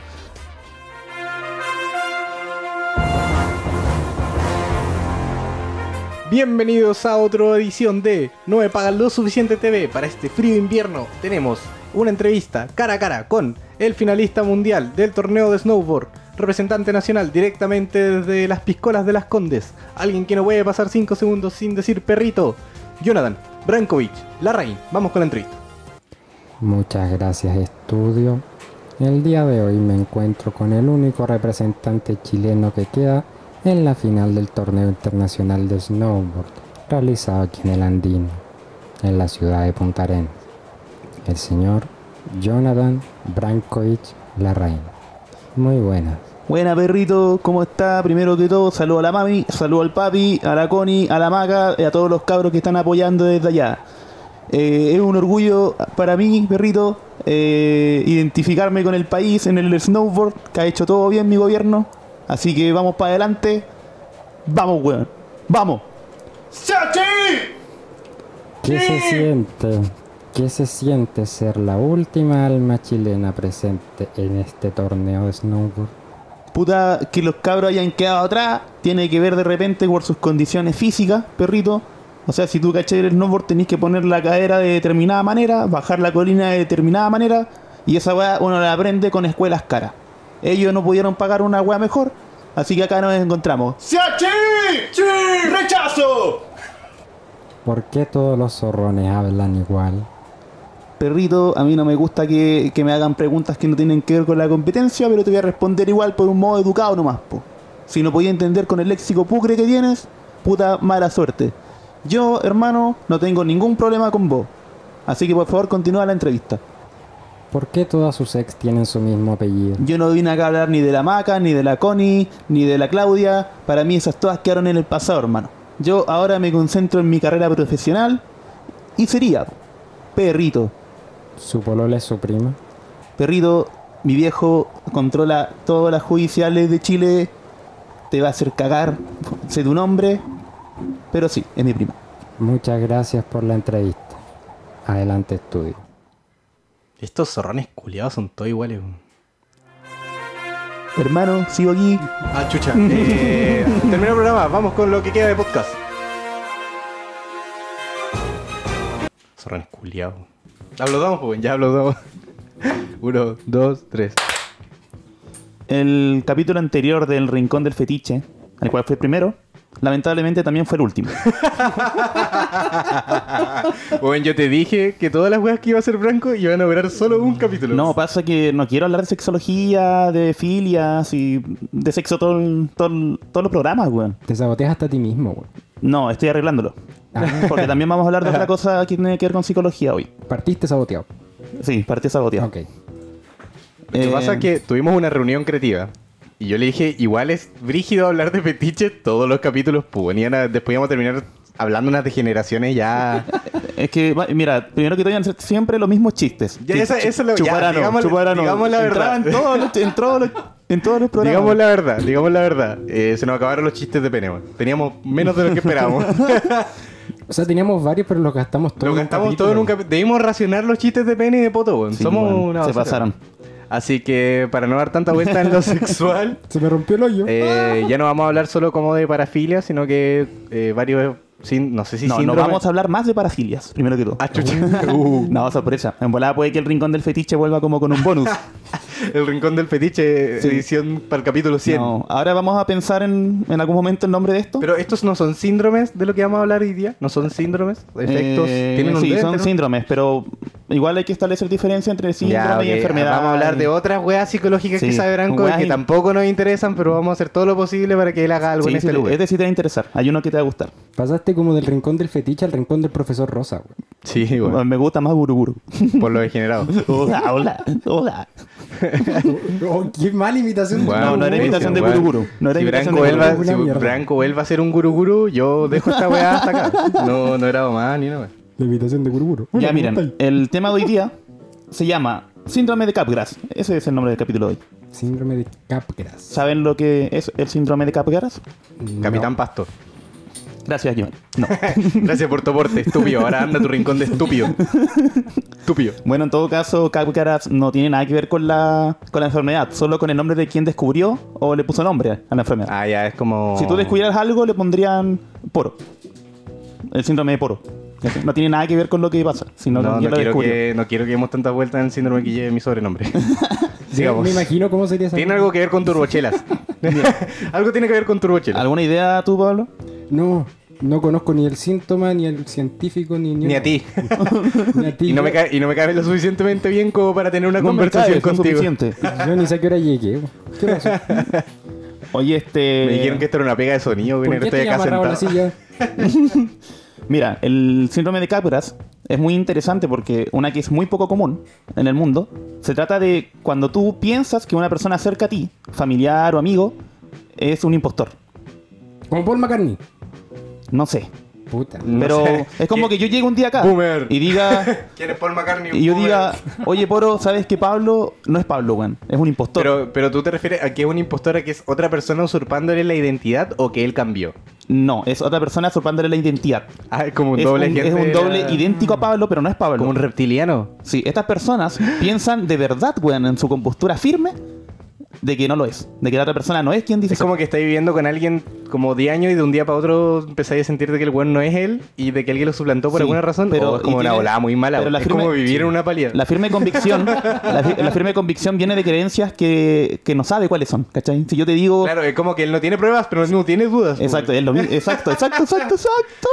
Bienvenidos a otra edición de No me pagan lo suficiente TV. Para este frío invierno tenemos una entrevista cara a cara con el finalista mundial del torneo de snowboard, representante nacional directamente desde las piscolas de las Condes, alguien que no puede pasar 5 segundos sin decir perrito, Jonathan Brankovic, Larraín. Vamos con la entrevista. Muchas gracias, estudio. El día de hoy me encuentro con el único representante chileno que queda en la final del torneo internacional de snowboard realizado aquí en el Andino, en la ciudad de Punta Arenas. El señor Jonathan Brankovic Larraín. Muy buenas. Buena perrito, ¿cómo está? Primero que todo, saludo a la mami, saludo al papi, a la Connie, a la Maca, y a todos los cabros que están apoyando desde allá. Eh, es un orgullo para mí, perrito, eh, identificarme con el país en el snowboard, que ha hecho todo bien mi gobierno. Así que vamos para adelante. Vamos, weón. Vamos. ¿Qué se siente? ¿Qué se siente ser la última alma chilena presente en este torneo de snowboard? Puta, que los cabros hayan quedado atrás tiene que ver de repente por sus condiciones físicas, perrito. O sea, si tú caché el snowboard, tenés que poner la cadera de determinada manera, bajar la colina de determinada manera, y esa weá uno la aprende con escuelas caras. Ellos no pudieron pagar una weá mejor, así que acá nos encontramos. ¿Por qué todos los zorrones hablan igual? Perrito, a mí no me gusta que, que me hagan preguntas que no tienen que ver con la competencia, pero te voy a responder igual por un modo educado nomás, po. Si no podía entender con el léxico pucre que tienes, puta mala suerte. Yo, hermano, no tengo ningún problema con vos. Así que por favor continúa la entrevista. ¿Por qué todas sus ex tienen su mismo apellido? Yo no vine acá a hablar ni de la Maca, ni de la Connie, ni de la Claudia. Para mí esas todas quedaron en el pasado, hermano. Yo ahora me concentro en mi carrera profesional y sería, po, perrito, ¿Su polola es su prima? Perrito, mi viejo controla todas las judiciales de Chile. Te va a hacer cagar. Sé tu nombre. Pero sí, es mi prima. Muchas gracias por la entrevista. Adelante estudio. Estos zorrones culiados son todos iguales. weón. Hermano, sigo aquí. Ah, chucha. Eh, termina el programa, vamos con lo que queda de podcast. Zorrones culiados. Aplaudamos, pues, ya aplaudamos. Uno, dos, tres. El capítulo anterior del Rincón del Fetiche, el cual fue el primero, lamentablemente también fue el último. Bueno, Pues, yo te dije que todas las weas que iba a ser Branco iban a durar solo un capítulo. No, pasa que no quiero hablar de sexología, de filias y de sexo todo, el- todo el- todos los programas, weón. Te saboteas hasta a ti mismo, güey. No, estoy arreglándolo. Ah. Porque también vamos a hablar de otra cosa que tiene que ver con psicología hoy. Partiste saboteado. Sí, partida saboteada. Ok. Lo que Eh, pasa es que tuvimos una reunión creativa. Y yo le dije, igual es brígido hablar de fetiche todos los capítulos. Pues, y ahora después íbamos a terminar hablando unas degeneraciones ya... Es que, va- mira, primero que todo iban a ser siempre los mismos chistes. Ya, esa- eso lo- ya, chuparano, digamos- chuparano. digamos la Entraba verdad. En todos los, en todos los, en todos los programas. Digamos la verdad, digamos la verdad. Eh, se nos acabaron los chistes de Peneman. Teníamos menos de lo que esperábamos. O sea, teníamos varios, pero los gastamos todos. lo en un gastamos capítulo, todo en un güey. capítulo. Debimos racionar los chistes de Pene y de Poto, weón. Sí, Somos bueno, una Se basura. pasaron. Así que para no dar tanta vuelta en lo sexual, Se me rompió el hoyo. eh, ya no vamos a hablar solo como de parafilia, sino que eh, varios. sin- no sé si No, no síndrome- vamos a hablar más de parafilias, primero que todo. Ah, chucha. Uh. No, sorpresa. En volada puede que el rincón del fetiche vuelva como con un bonus. El rincón del fetiche, Sí. edición para el capítulo 100. No, ahora vamos a pensar en, en algún momento el nombre de esto. Pero estos no son síndromes de lo que vamos a hablar hoy día. No son síndromes, efectos. Eh, tienen un sí, nombre, son ¿no? síndromes, pero igual hay que establecer diferencia entre síndrome Ya, y ok, enfermedad. Vamos a hablar de otras weas psicológicas que Sí, sabe Branco y weas que in- tampoco nos interesan, pero vamos a hacer todo lo posible para que él haga algo Sí, en sí, este te- lugar. es decir, te va a interesar. Hay uno que te va a gustar. Pasaste como del rincón del fetiche al rincón del profesor Rosa, güey. Sí, bueno, Me gusta más Guruguru. por lo degenerado. Hola, hola, hola. Oh, qué mala imitación. Bueno, no, no era imitación de weón. Guruguru. No era si imitación Branco de vuelva, Guruguru. si Una mierda. Branco vuelva a ser un guruguru, yo dejo esta weá hasta acá. No, no era más ni nada. La imitación de Guruguru. Ya miren, el tema de hoy día se llama Síndrome de Capgras. Ese es el nombre del capítulo de hoy. Síndrome de Capgras. ¿Saben lo que es el síndrome de Capgras? Capitán Pasto. Gracias, Joan. No. Gracias por tu aporte, estúpido. Ahora anda a tu rincón de estúpido. Estúpido. Bueno, en todo caso, Capgras no tiene nada que ver con la, con la enfermedad, solo con el nombre de quien descubrió o le puso nombre a la enfermedad. Ah, ya, es como... Si tú descubrieras algo, le pondrían poro. El síndrome de poro. ¿Cachai? No tiene nada que ver con lo que pasa, sino No, con no, quien lo quiero descubrió. que, no quiero que demos tantas vueltas en el síndrome que lleve mi sobrenombre. Sigamos. Me imagino cómo sería esa. Tiene algo que ver con turbochelas. algo tiene que ver con turbochelas. ¿Alguna idea tú, Pablo? No, no conozco ni el síntoma, ni el científico, ni Ni a ti. Ni a ti. Y no, me cae, y no me cae lo suficientemente bien como para tener una No me conversación caes, no es contigo. Me suficiente. Yo ni sé a qué hora llegué. güey. ¿Qué pasó? Oye, este... dijeron que esto era una pega de sonido, güey. ¿Por qué Estoy te acá llamas Raúl sentado. así ya? Mira, el síndrome de Capgras es muy interesante porque una que es muy poco común en el mundo, se trata de cuando tú piensas que una persona cerca a ti, familiar o amigo, es un impostor. Como Paul McCartney. No sé, Puta. No pero sé. es como que yo llegue un día acá Boomer. y diga ¿Quién es Paul McCartney? y yo diga, "Oye, Poro, ¿sabes que Pablo no es Pablo, weón? Es un impostor." Pero, pero tú te refieres a que es un impostor, a que es otra persona usurpándole la identidad o que él cambió. No, es otra persona sorprendiéndole la identidad. Ah, es como un es, doble un, agente. es un de doble la- idéntico a Pablo, pero no es Pablo. Como un reptiliano. Sí, estas personas piensan de verdad, weón, en su compostura firme de que no lo es, de que la otra persona no es quien dice Es como que estáis viviendo con alguien como 10 años y de un día para otro empezáis a sentir de que el weón no es él y de que alguien lo suplantó por Sí, alguna razón. pero- Pero es como y una tiene- volada muy mala. pero la es firme- como vivir sí. en una palía. La firme convicción, la, fi- la firme convicción viene de creencias que, que no sabe cuáles son, ¿cachai? Si yo te digo, Claro, es como que él no tiene pruebas, pero no tiene dudas. pues. exacto, es lo mismo, exacto, exacto, exacto, exacto.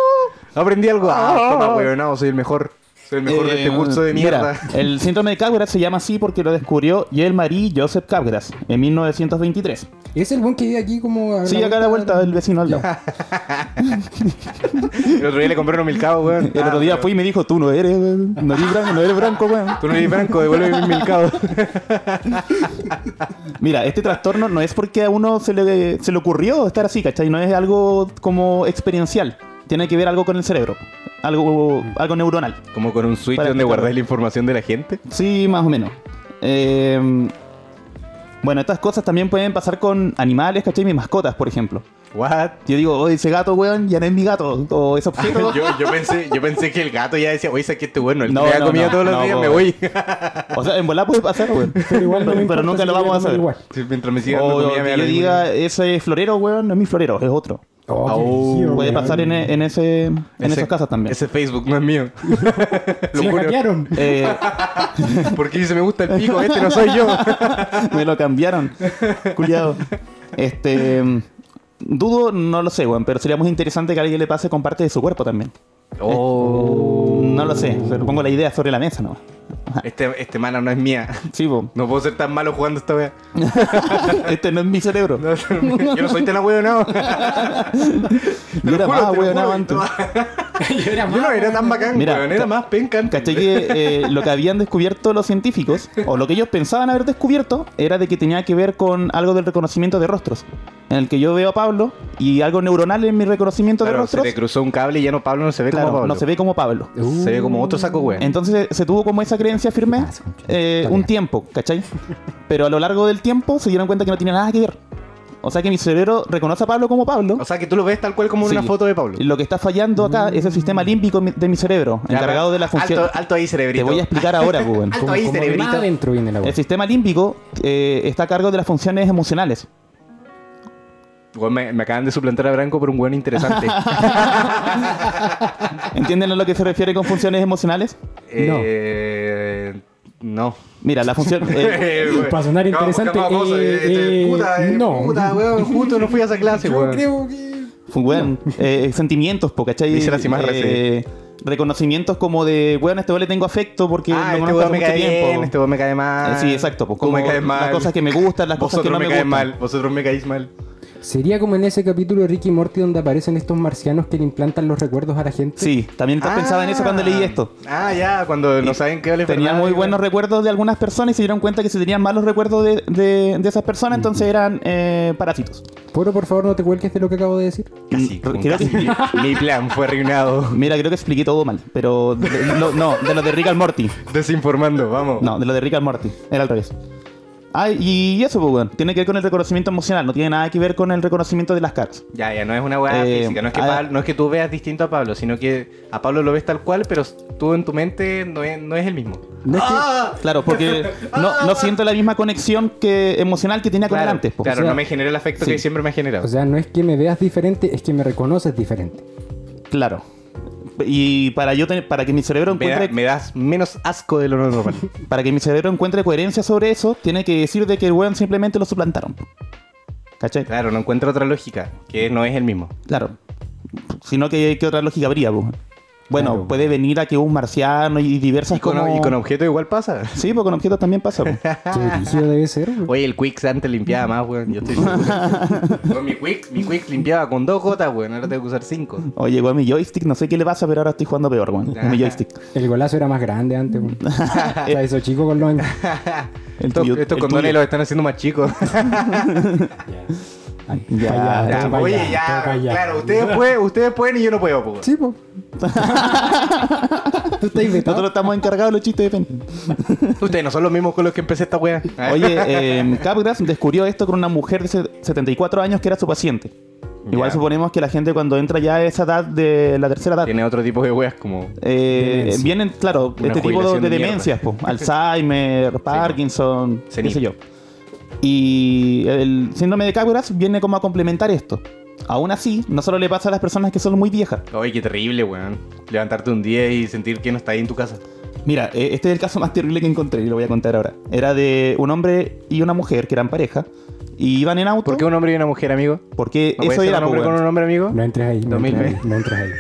Aprendí algo. Ah, toma, weón, no, soy el mejor. Soy el mejor de Eh, este curso de mira, mierda. el síndrome de Capgras se llama así porque lo descubrió Yel Marie Joseph Capgras en 1923. Es el buen que vive aquí como... a Sí, acá a la vuelta del vecino al lado. El otro día le compré unos milcaos, weón. Ah, El otro día fui y me dijo, tú no eres, no eres blanco, no eres blanco, weón. Tú no eres franco, devuelve mis milcaos. Mira, este trastorno no es porque a uno se le, se le ocurrió estar así, ¿cachai? No es algo como experiencial. Tiene que ver algo con el cerebro, algo, algo neuronal. Como con un switch Para donde explicarlo. guardáis la información de la gente. Sí, más o menos. Eh, bueno, estas cosas también pueden pasar con animales, ¿cachai? Mis mascotas, por ejemplo. What? Yo digo, oye, ese gato, weón, ya no es mi gato. O ese objeto. Yo, yo pensé, yo pensé que el gato ya decía, oye, saqué este bueno, el No, que me da no, comida no, todos los no, días, po. me voy. o sea, en volar puede pasar, weón. Pero igual no me importa nunca si le lo vamos a llaman saber. igual. Sí, Mientras me sigan O dando Oh, comida, me que da yo lo mismo. diga, ese florero, weón, no es mi florero, es otro. Oh, qué Au, brígido, Puede güey. pasar en, en ese, en Ese- esos casos también. Ese Facebook no es mío. Se lo lo juro. hackearon. Eh, Porque dice, me gusta el pico, este no soy yo. Me lo cambiaron. Cuidado. Este. mm, Dudo, no lo sé, weón, pero sería muy interesante que a alguien le pase con parte de su cuerpo también. Eh, Oh. Oh. No lo sé, pero pongo la idea sobre la mesa nomás. Este, este mana no es mía. Sí, po. No puedo ser tan malo jugando esta wea. este no es mi cerebro. No, yo no soy tan ahueonado. Yo era Te lo juro, más te lo weón juro. antes. Yo era Yo no era tan bacán, Mira, weón. Era ca- más penca antes. ¿Cachai que eh, lo que habían descubierto los científicos, o lo que ellos pensaban haber descubierto, era de que tenía que ver con algo del reconocimiento de rostros? En el que yo veo a Pablo y algo neuronal en mi reconocimiento de Claro, se rostros. te cruzó un cable y ya no Pablo no se ve Claro, como Pablo. no se ve Uh. como Pablo. Se ve como otro saco, weón. Entonces eh, se tuvo como esa creencia firme eh, un tiempo, ¿cachai? Pero a lo largo del tiempo se dieron cuenta que no tiene nada que ver. O sea que mi cerebro reconoce a Pablo como Pablo. O sea, que tú lo ves tal cual como en Sí. una foto de Pablo. Lo que está fallando acá es el sistema límbico mi- de mi cerebro, Mm. Ya, encargado de la función. Alto, alto ahí, Te cerebrito. voy a explicar ahora, Rubén. Alto ahí, cerebrito. Más adentro viene la El weá. sistema límbico eh, está a cargo de las funciones emocionales. Weón, me, me acaban de suplantar a Branco por un buen interesante. ¿Entienden a lo que se refiere con funciones emocionales? Eh, No. Mira, la función. eh, Para sonar interesante, eh, eh, no. este, Puta, weón, justo no fui a esa clase, Yo weón. creo que. fun- weón, eh, sentimientos, po, ¿cachai? Dice la Cimarra, Eh, Reconocimientos como de, weón, a este weón le tengo afecto porque Ah, lo este conozco weón hace me mucho cae tiempo. bien, este weón me cae mal. Eh, sí, exacto, pues, Tú me como caes mal. las cosas que me gustan, las cosas que Vosotros no me me caes gustan. mal, vosotros me caéis mal. Sería como en ese capítulo de Ricky y Morty donde aparecen estos marcianos que le implantan los recuerdos a la gente. Sí, también Ah. pensaba en eso cuando leí esto. Ah, ya, cuando no Y saben qué vale Tenía muy buenos recuerdos de algunas personas y se dieron cuenta que se tenían malos recuerdos de, de- de esas personas, entonces eran eh, parásitos. Poro, por favor, no te cuelgues de lo que acabo de decir. Casi, Mm, como creo casi. que- Mi plan fue arruinado. Mira, creo que expliqué todo mal, pero de- lo- no, de lo de Rick and Morty. Desinformando, vamos. No, de lo de Rick and Morty, era al revés. Ah, y eso, pues, weón, tiene que ver con el reconocimiento emocional, no tiene nada que ver con el reconocimiento de las caras. Ya, ya, no es una weá Eh, física. No es, que ah, Pablo- no es que tú veas distinto a Pablo, sino que a Pablo lo ves tal cual, pero tú en tu mente no es, no es el mismo. No es que- Claro, porque no, no siento la misma conexión que emocional que tenía con el antes. pues. po. claro, O sea, no me genera el afecto que sí. siempre me ha generado. O sea, no es que me veas diferente, es que me reconoces diferente. Claro. Y para yo tener- para que mi cerebro me, da- encuentre me das menos asco de lo normal. para que mi cerebro encuentre coherencia sobre eso, tiene que decir de que el weón simplemente lo suplantaron. ¿Cachai? claro, no encuentro otra lógica, que no es el mismo. Claro. Sino que qué otra lógica habría, po? Bueno, Claro. puede venir a que un marciano y diversas Y con, como- y con objeto igual pasa. Sí, pues con objetos también pasa. po. Qué rígido debe ser. güey. Oye, el Quicks antes limpiaba más, weón. Yo estoy Con mi Quicks, mi Quicks limpiaba con dos gotas, weón. Ahora tengo que usar cinco. Oye, weón, Oh, mi joystick, no sé qué le pasa, pero ahora estoy jugando peor, weón. con Mi joystick. El golazo era más grande antes. güey. o sea, eso chico con los años. El Estos- tuyo- estos el condones tuyo. los están haciendo más chicos. Ay, Ya, pa' allá, ya, todo pa' allá, todo pa' allá. ustedes pueden, ustedes pueden y yo no puedo, po. Sí, po. Tú estás vetado. Nosotros estamos encargados de los chistes de pen. Ustedes no son los mismos con los que empecé esta weá. Oye, eh, Capgras descubrió esto con una mujer de se- 74 años que era su paciente. Igual Ya. suponemos que la gente cuando entra ya a esa edad de la tercera edad, Tiene otro tipo de weas como. eh, Demencia. vienen, claro, Una este tipo jubilación de, de demencias, po, Alzheimer, Parkinson, qué Cenip. sé yo. Y el síndrome de Capgras viene como a complementar esto. Aún así, no solo le pasa a las personas que son muy viejas. Oye, qué terrible, weón. Levantarte un día y sentir que no está ahí en tu casa. Mira, eh, este es el caso más terrible que encontré y lo voy a contar ahora. Era de un hombre y una mujer que eran pareja y iban en auto. ¿Por qué un hombre y una mujer, amigo? Porque ¿No puede eso ser era un hombre po, con un weón. hombre, amigo? No entres ahí, no entres 2020. ahí, no entres ahí.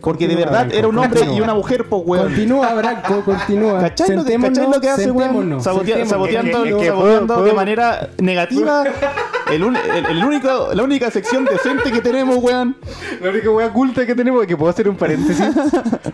Porque de Continúa, verdad Branco, era un hombre y continúa. una mujer, po, weón. Continúa, Branco, continúa. ¿Cachai lo, que, Sentémonos, cachai lo que hace, weón? sentémonos, Sabotea- sentémonos. Saboteando, Es que- es que saboteando puedo- de puedo- manera negativa el, un- el- el único, la única sección decente que tenemos, weón. La única wea culta que tenemos es que puedo hacer un paréntesis.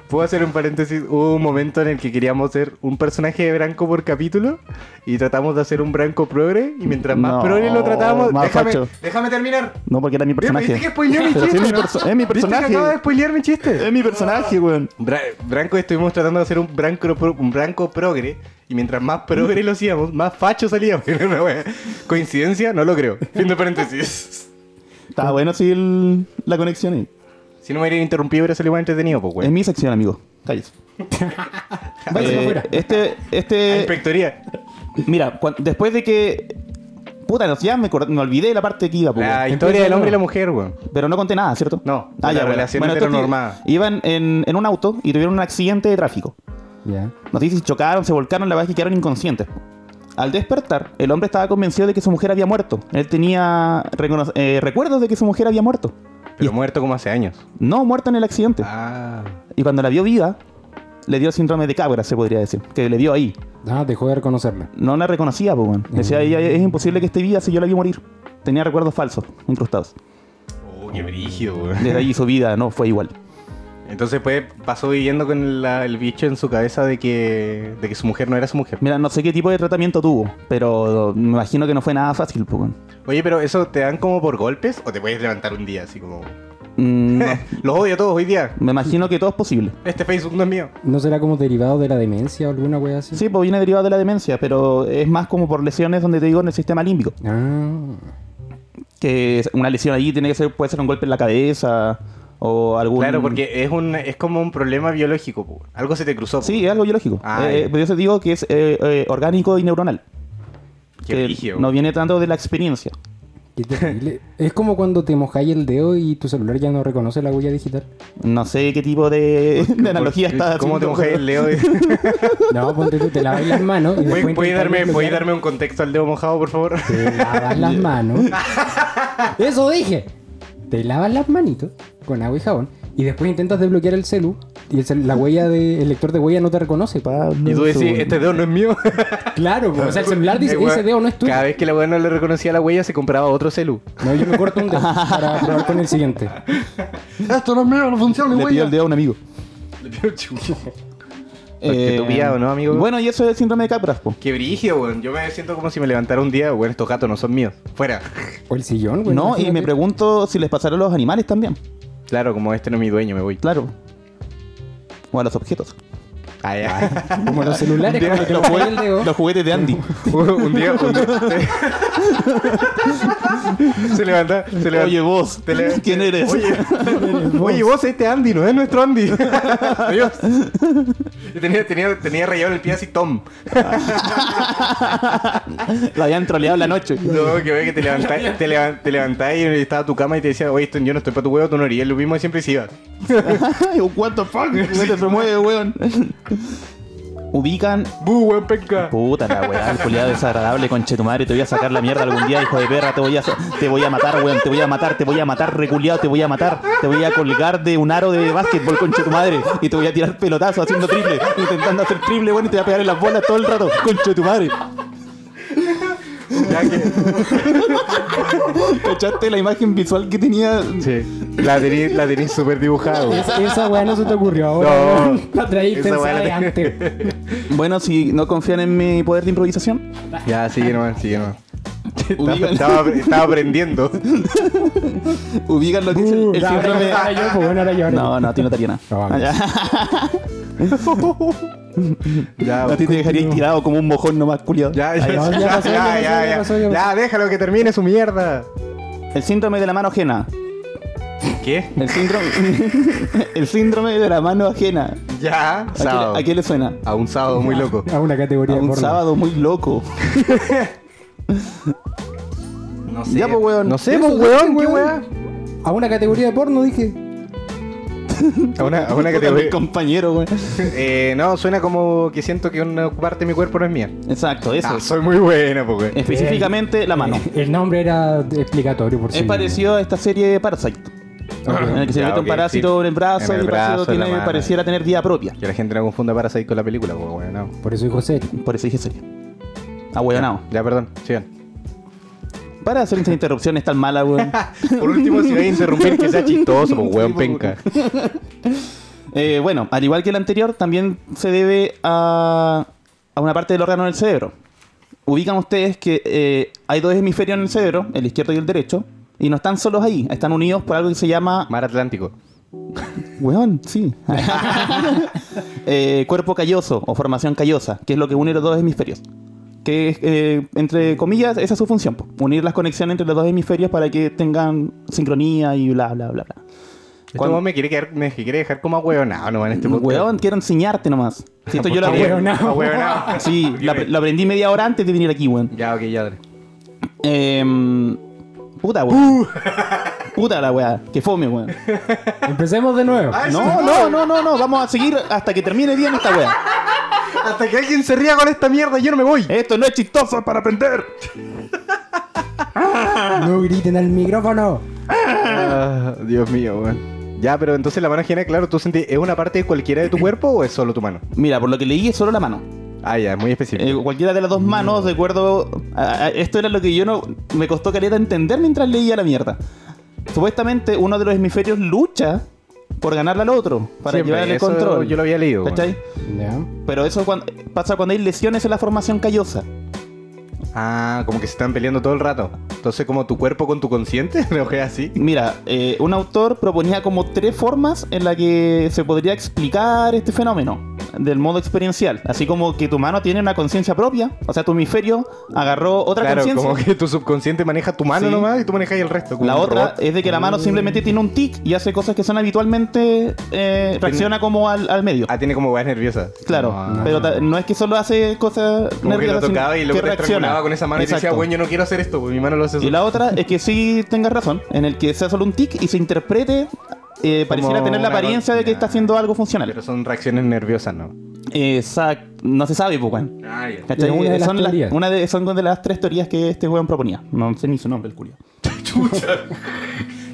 puedo hacer un paréntesis. Hubo un momento en el que queríamos hacer un personaje de branco por capítulo y tratamos de hacer un branco progre y mientras más No, progre lo tratamos... más Déjame, facho. déjame terminar. No, porque era mi Mira, ¿Viste personaje. que spoileó mi Pero si chiste? es mi no? perso- es mi ¿Viste que personaje. acaba de spoilear mi chiste? Es mi personaje, weón. Bra- branco estuvimos tratando de hacer un branco, pro- un branco progre y mientras más progre lo hacíamos, más facho salíamos. Era una wea. Coincidencia, no lo creo. Fin de paréntesis. Está bueno si el- la conexión ahí. Si no me hubiera interrumpido, hubiera salido más entretenido, pues, Es weón. mi sección, amigo. Cállese. Váyase Eh, pa' afuera. este, La este, inspectoría. mira, cuan- después de que, puta, no, ya me, acordé- me olvidé la parte que iba, po, weón. La historia del hombre Ah, y la mujer, weón. Pero no conté nada, ¿cierto? Ah, No, la bueno. relación esto es que heteronormada. Iban en, en un auto y tuvieron un accidente de tráfico. Ya. No sé si chocaron, se volcaron, la verdad es que quedaron inconscientes. Al despertar, el hombre estaba convencido de que su mujer había muerto. Él tenía recono- eh, recuerdos de que su mujer había muerto. Pero muerto como hace años. No muerta en el accidente. Ah. Y cuando la vio viva, le dio síndrome de cabra, se podría decir. Que le dio ahí. Ah, dejó de reconocerla. No la reconocía, pues, weón. Mm. Decía, "Ella- es imposible que esté viva si yo la vi morir. Tenía recuerdos falsos, incrustados. Oh, qué brígido, weón. Desde ahí su vida no fue igual. Entonces, pues, pasó viviendo con la- el bicho en su cabeza de que, de que su mujer no era su mujer. Mira, no sé qué tipo de tratamiento tuvo, pero me imagino que no fue nada fácil, pues. weón. Oye, pero ¿eso te dan como por golpes o te puedes levantar un día así como... Mm, no. Los odio a todos hoy día. Me imagino que todo es posible. Este Facebook no es mío. ¿No será como derivado de la demencia o alguna wea así? Sí, pues viene derivado de la demencia, pero es más como por lesiones donde te digo en el sistema límbico. Ah. Que es- una lesión allí tiene que ser, puede ser un golpe en la cabeza o algún. Claro, porque es un es como un problema biológico. po. Algo se te cruzó. po. Sí, es algo biológico. Ah, Eh, ya. pero yo te digo que es eh, eh, orgánico y neuronal. Qué que brígido. no viene tanto de la experiencia. Qué terrible. es como cuando te mojáis el dedo y tu celular ya no reconoce la huella digital. No sé qué tipo de, de analogía está ¿Cómo te haciendo, mojáis pero- el dedo? No, ponte tú, te lavas las manos. y después ¿Puedes, puedes intentas darme, desbloquear. puedes darme un contexto al dedo mojado, por favor? Te lavas las manos. Eso dije. Te lavas las manitos con agua y jabón y después intentas desbloquear el celu y el celu- la huella de, el lector de huella no te reconoce. pa. Pablo Y tú decís, Zulo. este dedo no es mío. Claro, po, o sea, el celular dice, Eh, weón, ese dedo no es tuyo. Cada vez que la weá no le reconocía la huella, se compraba otro celu. No, yo me corto un dedo para probar con el siguiente. Esto no es mío, no funciona, Le güey. pidió el dedo a un amigo. Porque tu pillado, ¿no, amigo? Eh, Bueno, y eso es síndrome de Capras, po. Qué brígido, weón. Yo me siento como si me levantara un día, weón, estos gatos no son míos. Fuera. O el sillón, güey. No, y imagínate. me pregunto si les pasará a los animales también. Claro, como este no es mi dueño, me voy. Claro. O a los objetos. Ah, ya. Como los celulares, Dios, cuando te Los mojáis el dedo. juguetes, los juguetes de Andy. un día, un día- se levanta, se levanta. Oye, vos, Te le- ¿quién te- eres? este, Oye, oye, vos, este Andy, no es nuestro Andy. Adiós. Y tenía, tenía, tenía rayado en el pie así Tom. Lo habían troleado en la noche. No, que ve que te levantáis te levan- te levantáis y estaba a tu cama y te decía, oye, esto- yo no estoy para tu huevo, tú no eres. Lo mismo de siempre y se iba. Ay, What the fuck? Se mueve, weón. Ubican. ¡Bu, weón, penca! Puta la weá, el culiado desagradable, conchetumare. Te voy a sacar la mierda algún día, hijo de perra. Te voy a, sa- te voy a matar, weón. Te voy a matar, te voy a matar, reculiado. Te voy a matar. Te voy a colgar de un aro de básquetbol, conchetumadre. Y te voy a tirar pelotazo haciendo triple. Intentando hacer triple, weón. Y te voy a pegar en las bolas todo el rato, conchetumadre. Ya que- ¿Cachaste la imagen visual que tenía? Sí. La tenís la tenís súper dibujada, weón. Es- esa weá no se te ocurrió ahora. No. La traí Esa weá pensada de la te- antes. Bueno, si no confían en mi poder de improvisación, Ya, sigue nomás, sigue nomás. Estaba, ubican, estaba- estaba aprendiendo. ubican lo que es Uh, el, el Ya, síndrome de- Uh, ahora yo, pues, bueno, ahora yo, ahora yo. No, no, a ti no te haría nada. No, vamos. Ah, ya. Ya, a ti te dejaría tirado como un mojón nomás, culiado. ya, ya, Ahí va, ya ya, ya, pasó, ya ya, pasó, ya ya. pasó, ya Ya, pasó. déjalo que termine su mierda. El síndrome de la mano ajena. ¿Qué? El síndrome, el síndrome de la mano ajena. Ya, ¿A quién, sábado. le- a quién le suena? A un sábado muy loco. A una A categoría de un porno. sábado muy loco. No Ya, pues, weón. No sé, Eso pues, dije, weón, qué weón. weón. A una categoría de porno, dije. A una, a una Puta, mi categoría. compañero, güey. Eh, no, suena como que siento que una parte de mi cuerpo no es mía. Exacto, eso. Ah, soy muy buena, pues, weón. Específicamente la mano. El nombre era explicatorio, por si. Ah, Es parecido a esta serie Parasite. En el que se Ah, Ya, mete un ok, parásito sí. en el brazo En el y el brazo, parásito en la tiene- mano. pareciera tener vida propia. Que la gente no confunda Parasite con la película, pues, weón. No. Por eso dijo serio. Por eso dije serie. Ahueonado. Ya, perdón, sigan. Para hacer estas interrupciones tan malas, güey. Por último, si vais a interrumpir, que sea chistoso, pues, weón, penca. Eh, bueno, al igual que el anterior, también se debe a, a una parte del órgano del cerebro. Ubican ustedes que eh, hay dos hemisferios en el cerebro, el izquierdo y el derecho, y no están solos ahí, están unidos por algo que se llama... Mar Atlántico. Weón, sí. Eh, cuerpo calloso o formación callosa, que es lo que une los dos hemisferios. Que es, eh, entre comillas, esa es su función, po, unir las conexiones entre los dos hemisferios para que tengan sincronía y bla, bla, bla, bla. Este Cuando- weón me quiere, quedar, me quiere dejar como ahueonado nomás en este podcast. Weón, quiero enseñarte nomás. Si esto yo lo Porque- Ahueonado. Ahueonado. Sí, Ok, la- ok. lo aprendí media hora antes de venir aquí, weón. Ya, ok, ya. dale. Em, puta, weón. Puta la weá. Que fome, weón. Empecemos de nuevo. No, no, no, no, no. Vamos a seguir hasta que termine bien esta weá. Hasta que alguien se ría con esta mierda, yo no me voy. Esto no es chistoso para aprender. No griten al micrófono. Ah, Dios mío, weón. Ya, pero entonces la mano ajena, claro, tú sentís, ¿es una parte de cualquiera de tu cuerpo o es solo tu mano? Mira, por lo que leí es solo la mano. Ah, ya, es muy específico. Eh, cualquiera de las dos manos, de acuerdo. a- a- esto era lo que yo no. Me costó caleta entender mientras leía la mierda. Supuestamente uno de los hemisferios lucha por ganarle al otro, para Siempre, llevarle el eso control. yo lo había leído, weón. ¿Cachai? Ya. Pero eso cuan- pasa cuando hay lesiones en la formación callosa. Ah, como que se están peleando todo el rato. Entonces, como tu cuerpo con tu consciente, ¿no es así? Mira, eh, un autor proponía como tres formas en las que se podría explicar este fenómeno. del modo experiencial. Así como que tu mano tiene una conciencia propia, o sea, tu hemisferio agarró otra Claro, conciencia. como que tu subconsciente maneja tu mano Sí. nomás y tú manejas el resto. como La un otra robot. Mm. es de que la mano simplemente tiene un tic y hace cosas que son habitualmente. eh, reacciona como al, al medio. Ah, tiene como weas nerviosas. Claro, Ah. pero ta- no es que solo hace cosas Como que lo nerviosas, sino tocaba y luego que te estrangulaba reacciona. con esa mano y te decía, Exacto. bueno, yo no quiero hacer esto, pues mi mano lo hace Y sola". la otra es que sí tengas razón, en el que sea solo un tic y se interprete, eh, pareciera tener la una apariencia de que máquina. está haciendo algo funcional. Pero son reacciones nerviosas, ¿no? Exacto, no se sabe, pues, weón. Ah, ya. ¿Cachai? Eh, Era una de las son, las- teorías. una de, son de las tres teorías que este weón proponía. No sé ni su nombre, el culio.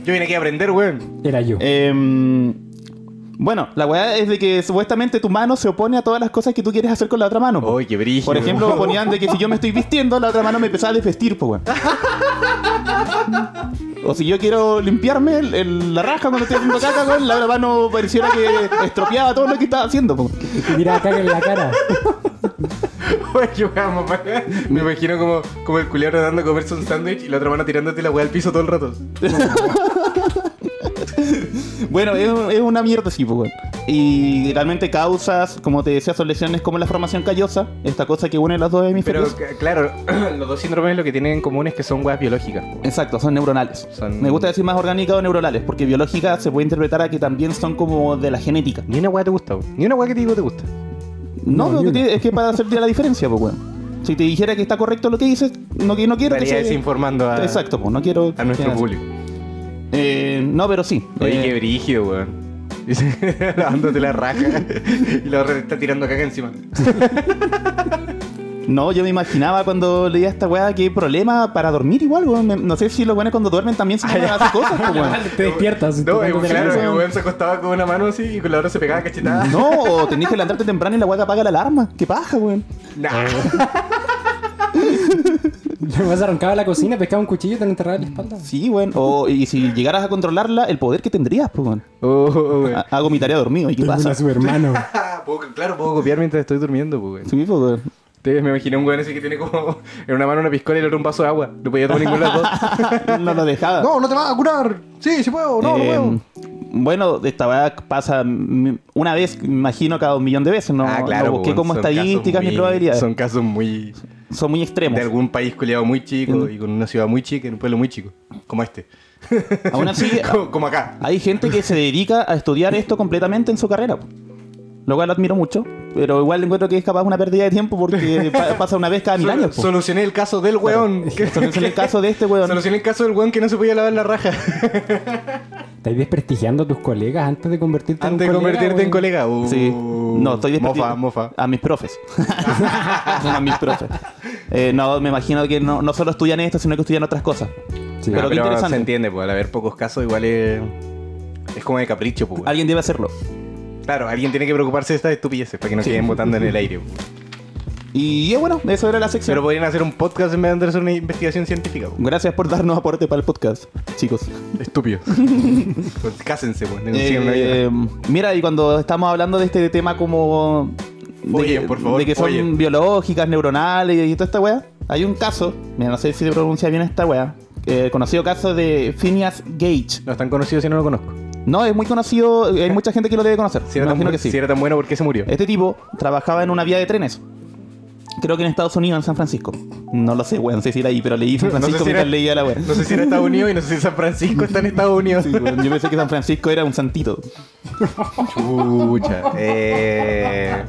Yo vine aquí a aprender, weón. Era yo. Em, bueno, la weá es de que supuestamente tu mano se opone a todas las cosas que tú quieres hacer con la otra mano. po. Uy, qué brillo. Por ejemplo, ponían de que si yo me estoy vistiendo, la otra mano me empezaba a desvestir, po, weón. O si yo quiero limpiarme el- el- la raja cuando estoy haciendo caca, weón, la otra mano pareciera que estropeaba todo lo que estaba haciendo, po. Y mira acá en la cara. Uy, qué wea más bacán. Me imagino como, como el culiao tratando de comerse un sándwich y la otra mano tirándote la wea al piso todo el rato. Bueno, es, es una mierda sí, pues, weón. Y realmente causas, como te decía, son lesiones como la formación callosa, esta cosa que une las dos Pero hemisferios. c- claro, los dos síndromes lo que tienen en común es que son weas biológicas. po. Exacto, son neuronales. Son- Me gusta decir más orgánicas o neuronales, porque biológicas se puede interpretar a que también son como de la genética. Ni una wea te gusta, weón. Ni una wea que te digo te gusta. No, No, pero ni que una. te- es que para hacerte la diferencia, pues, weón. Si te dijera que está correcto lo que dices, no, que- no quiero que Estaría se... desinformando a, Exacto, pues, no quiero... a nuestro que- público. Eh, no, pero sí. Oye, Eh, qué brígido, weón. Dice, lavándote la raja y la otra te está tirando caca encima. No, yo me imaginaba cuando leía esta weá que problema para dormir igual, weón. Me- No sé si los weones cuando duermen también Ah, se ponen a hacer cosas, pues, weón. Te despiertas. No, eh, tocándote la claro, cabeza. el weón se acostaba con una mano así y con la otra se pegaba cachetada. No, o tenés que levantarte temprano y la weá te apaga la alarma. ¿Qué paja, weón? Nah. Lo más arrancaba a la cocina, pescaba un cuchillo y te lo enterraba en la espalda. Sí, weón. O y si llegaras a controlarla, el poder que tendrías, pues, weón. Oh, weón. Ha- Hago mi tarea dormido, ¿y qué Tengo pasa? una superhermano. Ah, puedo- claro, puedo copiar mientras estoy durmiendo, pues, weón. Sí, pues, weón. Te- me imaginé un weón ese que tiene como en una mano una piscola y en la otra un vaso de agua. No podía tomar ninguna de las dos. No lo dejaba. No, no te vas a curar. Sí, sí puedo. No, no Eh, puedo. Bueno, esta weá pasa mm, una vez, me imagino, cada un millón de veces. No, no busqué Ah, weón, como son casos estadísticas ni muy- probabilidades. Son, Son casos muy. muy extremos. de algún país culiado muy chico Mm. y con una ciudad muy chica y un pueblo muy chico. Como este. Aún así, como, como acá. Hay gente que se dedica a estudiar esto completamente en su carrera. po. Lo cual admiro mucho, pero igual encuentro que es capaz una pérdida de tiempo porque pa- pasa una vez cada mil Sol- años. po. solucioné el caso del weón. Que- Solucioné el caso de este weón. Solucioné el caso del weón que no se podía lavar la raja. Estás desprestigiando a tus colegas antes de convertirte Antes de en un colega. convertirte güey. en colega. Uh, Sí. No, estoy Mofa, despedido. mofa. A mis profes. a mis profes. Eh, no, me imagino que no, no solo estudian esto, sino que estudian otras cosas. Sí. Pero Ah, qué se interesante. entiende, pues al haber pocos casos igual es, es como de capricho, pues. weón. Alguien debe hacerlo. Claro, alguien tiene que preocuparse de estas estupideces para que no queden votando en el aire. pues. Y eh, bueno, eso era la sección. Pero podrían hacer un podcast en vez de hacer una investigación científica. pues. Gracias por darnos aporte para el podcast, chicos. Estúpido. Pues, Cásense, pues. consigan una vida. Eh, mira, y cuando estamos hablando de este tema como... Follen, que- por favor, de que son follen. biológicas, neuronales y toda esta weá. Hay un caso, mira, no sé si se pronuncia bien esta weá. eh, conocido caso de Phineas Gage. No es tan conocido si no lo conozco. No, es muy conocido, hay mucha gente que lo debe conocer. Si me era, tan, imagino bu- que sí. si era tan bueno, ¿por qué se murió? Este tipo trabajaba en una vía de trenes. Creo que en Estados Unidos, en San Francisco. No lo sé, weón, no sé si era ahí, pero leí San No sé Francisco si era- mientras leía la weá. No sé si era Estados Unidos y no sé si San Francisco está en Estados Unidos. Sí, pues, weón, yo pensé que San Francisco era un santito. Chucha. Eh,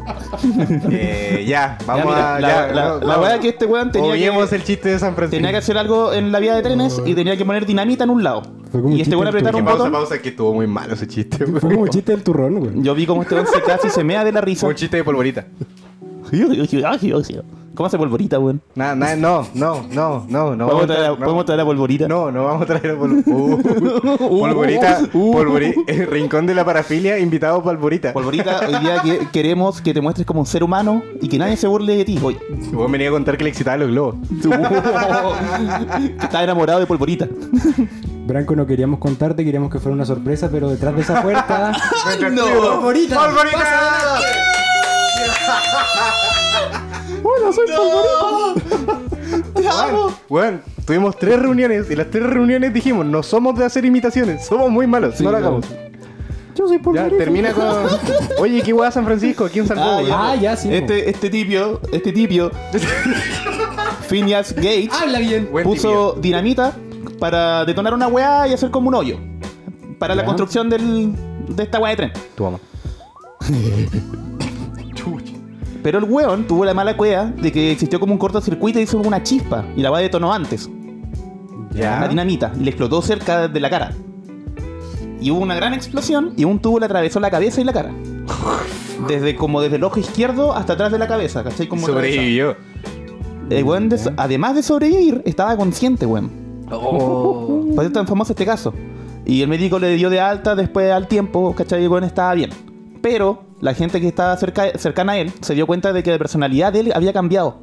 eh, ya, vamos Ya, mira, a. la- ya, la- no, la vamos. weá que este weón tenía que- Obviemos el chiste de San Francisco. Tenía que hacer algo en la vía de trenes y tenía que poner dinamita en un lado. Fue como un Y este chiste weón apretar del un pausa, botón. pausa, que estuvo muy malo ese chiste. Fue como el chiste del turrón, güey. Yo vi cómo este weón se casi se mea de la risa. Un chiste de polvorita. ¿Cómo hace polvorita, weón? Nada, nada, no, no, no, no, no. Podemos vamos a traer, traer- la- podemos traer la polvorita. No, no vamos a traer polvorita. polvorita, Uh. polvori- el rincón de la parafilia, invitado polvorita. Polvorita, hoy día que- queremos que te muestres como un ser humano y que nadie se burle de ti. Oye, Vos venía a contar que le excitaban los globos. tú- que estás enamorado de polvorita. Branco, no queríamos contarte, queríamos que fuera una sorpresa, pero detrás de esa puerta. no. ¡Polvorita! ¡Polvorita! ¡Hola, soy polvorita! ¡Te amo! Bueno, tuvimos tres reuniones y las tres reuniones dijimos, no somos de hacer imitaciones, somos muy malos, Sí, no lo claro. hagamos. Yo soy Ya, polvoriento. termina con. Oye, ¿qué hueá San Francisco? Aquí en San Ah, Diego. ya. Ah, ya, sí, po. Este, este tibio, este tibio, Phineas Gates, Habla bien. Buen puso dinamita para detonar una weá y hacer como un hoyo. Para la Ya. construcción del, de esta weá de tren. Tu mamá. Pero el weón tuvo la mala cueva de que existió como un cortocircuito y hizo una chispa. Y la weá detonó antes. La Ya. dinamita. Y le explotó cerca de la cara. Y hubo una gran explosión y un tubo le atravesó la cabeza y la cara. Desde como desde el ojo izquierdo hasta atrás de la cabeza, ¿cachai? Como Sobrevivió. atravesado. El weón, des- además de sobrevivir, estaba consciente, weón. Oh. Por eso es tan famoso este caso. Y el médico le dio de alta después al tiempo, ¿cachai? Y el weón estaba bien. Pero la gente que estaba cerca, cercana a él se dio cuenta de que la personalidad de él había cambiado.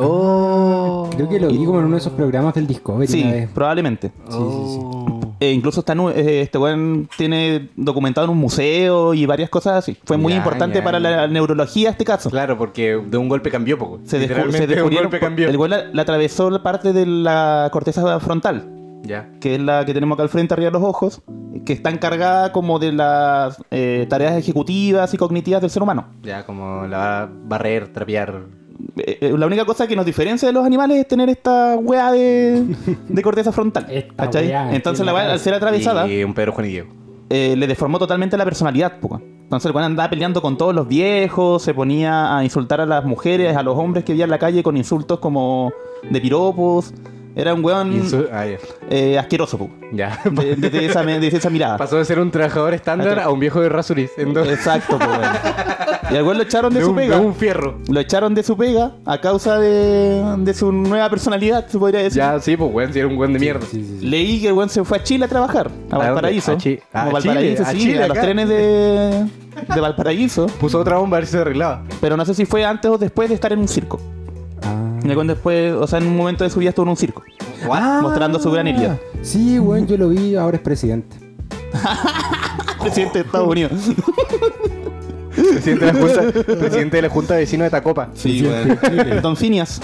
Oh. Creo que lo vi como en uno de esos programas del Discovery Sí, una vez. probablemente. Sí, sí, sí. Oh. E incluso está, nu- eh, este weón tiene documentado en un museo y varias cosas así. Fue muy Ya, importante ya, para ya. la neurología este caso. Claro, porque de un golpe cambió poco. Se, descu- se Literalmente de un descubrieron- golpe cambió. El weón la- la atravesó la parte de la corteza frontal. Ya. que es la que tenemos acá al frente arriba de los ojos, que está encargada como de las eh, tareas ejecutivas y cognitivas del ser humano. Ya, como la va a barrer, trapear. Eh, eh, la única cosa que nos diferencia de los animales es tener esta weá de, de corteza frontal. Esta ¿cachai? weá, Entonces tiene la la weá al cabeza. ser atravesada Y un Pedro Juan y Diego. eh, le deformó totalmente la personalidad. po, weón. Entonces el weón andaba peleando con todos los viejos, se ponía a insultar a las mujeres, a los hombres que veía en la calle con insultos como de piropos. Era un Y weón su- ah, ya. eh, asqueroso, po, weón. Ya. Mm. De- desde esa, desde esa mirada. Pasó de ser un trabajador estándar a un viejo de rasuris. En dos- Exacto, po, weón. Y al weón lo echaron de, pues, de, su un, pega. de un fierro. Lo echaron de su pega a causa de, de su nueva personalidad, se podría decir. Ya, sí, pues, weón, si era un weón de mierda. Sí, sí, sí. Leí que el weón se fue a Chile a trabajar, a ¿A dónde? Valparaíso. A Chi- Como a Valparaíso, Chile, a sí, Chile, los acá. trenes de, de Valparaíso. Puso otra bomba a ver si se arreglaba. Pero no sé si fue antes o después de estar en un circo. Ah. El weón después, o sea, en un momento de su vida estuvo en un circo. Mostrando su gran herida. Sí, weón, yo lo vi, ahora es presidente. Presidente de Estados Unidos. Presidente de la Junta, presidente de, la junta de Vecinos de Tacopa. Sí, weón. Don Finias.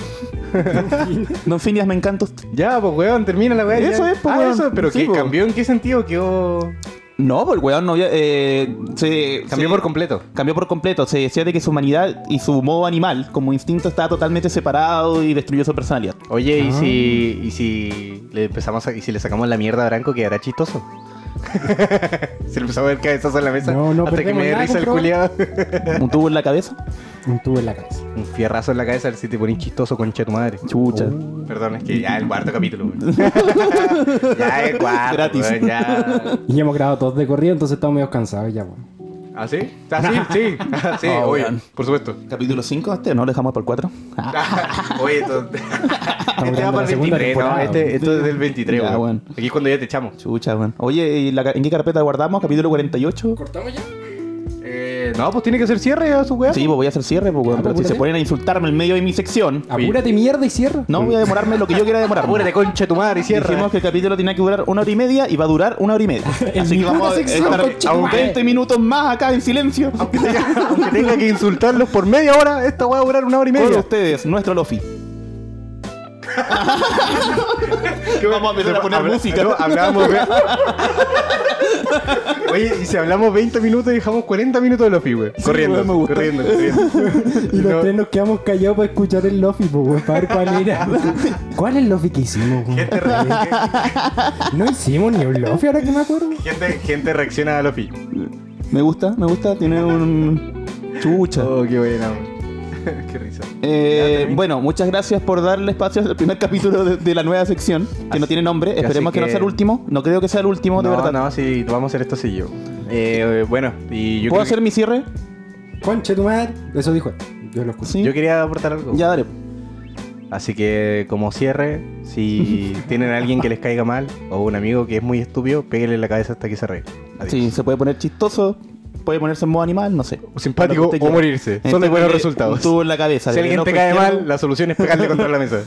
Don Finias, me encanta usted. Ya, pues, weón, termina la weá. ya. Eso es, pues, Ah, weón. eso, pero Sí, ¿qué pues. cambió? ¿En qué sentido? Quedó... No, pues el weón no había. eh, se, Cambió se- por completo. cambió por completo. Se decía de que su humanidad y su modo animal, como instinto, estaba totalmente separado y destruyó su personalidad. Oye, Ah. ¿y si, y si le empezamos a- y si le sacamos la mierda a Branco quedará chistoso? si le empezamos a ver cabezazo en la mesa No, no hasta que perdemos me dé nada, risa el compadre. culiado. Un tubo en la cabeza. Un tubo en la cabeza. Un fierrazo en la cabeza a ver si te pones chistoso, concha de tu madre. Chucha. Perdón, es que ya el cuarto capítulo. weón. ya el cuarto. Gratis. weón, ya. Y ya hemos grabado todos de corrido, entonces estamos medio cansados ya, weón. ¿Ah, sí? ¿Ah, sí? Sí, Ah, sí, Oh, obvio, weón. por supuesto. Capítulo 5, este, no lo dejamos por 4. Oye, esto... este grabando va para la el segunda 23, ¿no? temporada. Este, esto es del 23, Ya, weón. weón. Aquí es cuando ya te echamos. Chucha, weón. Oye, ¿y la ca- ¿en qué carpeta guardamos? Capítulo 48. Eh, no, pues tiene que ser cierre a su weá. Sí, pues voy a hacer cierre, pues, weón, Ah, pero si se apúrate. ponen a insultarme en medio de mi sección, Apúrate mierda y cierra. no voy a demorarme lo que yo quiera demorar. Apúrate, concha de tu madre, y cierra. Dijimos que el capítulo tenía que durar una hora y media y va a durar una hora y media. Así que vamos a estar a un 20 minutos más acá en silencio. Aunque tenga, aunque tenga que insultarlos por media hora, esta va a durar una hora y Con media. ustedes, nuestro Lofi. Vamos a empezar a poner música. no, hablábamos. ve- Oye, y si hablamos 20 minutos, dejamos 40 minutos de los güey. Corriendo, weón, me gusta. corriendo, corriendo. Y los No, tres nos quedamos callados para escuchar el Lofi, po, weón, para ver cuál era. ¿Cuál es el Lofi que hicimos, weón? Gente, re- No hicimos ni un Lofi, ahora que me acuerdo. gente, gente reacciona a los pi. Me gusta, me gusta, tiene un chucha. Oh, qué buena. qué risa. Ya, Eh, termina. bueno, muchas gracias por darle espacio al primer capítulo de, de la nueva sección, que no tiene nombre. Esperemos que... no que- sea el último. No creo que sea el último, de verdad. no, sí, vamos a hacer esto sí yo. Eh, bueno, y yo ¿Puedo creo que- hacer mi cierre? Conche tu madre. Eso dijo él. Yo lo escuché. Sí. Yo quería aportar algo. Ya, dale. Así que como cierre, si tienen a alguien que les caiga mal o un amigo que es muy estúpido, péguenle en la cabeza hasta que se ríe. Adiós. Sí, se puede poner chistoso, puede ponerse en modo animal, no sé. O Simpático Lo que usted o quiera. morirse. Son Este hay buenos tiene resultados. un tubo en la cabeza. Si desde el alguien te ojo cae izquierdo, mal, la solución es pegarle contra la mesa.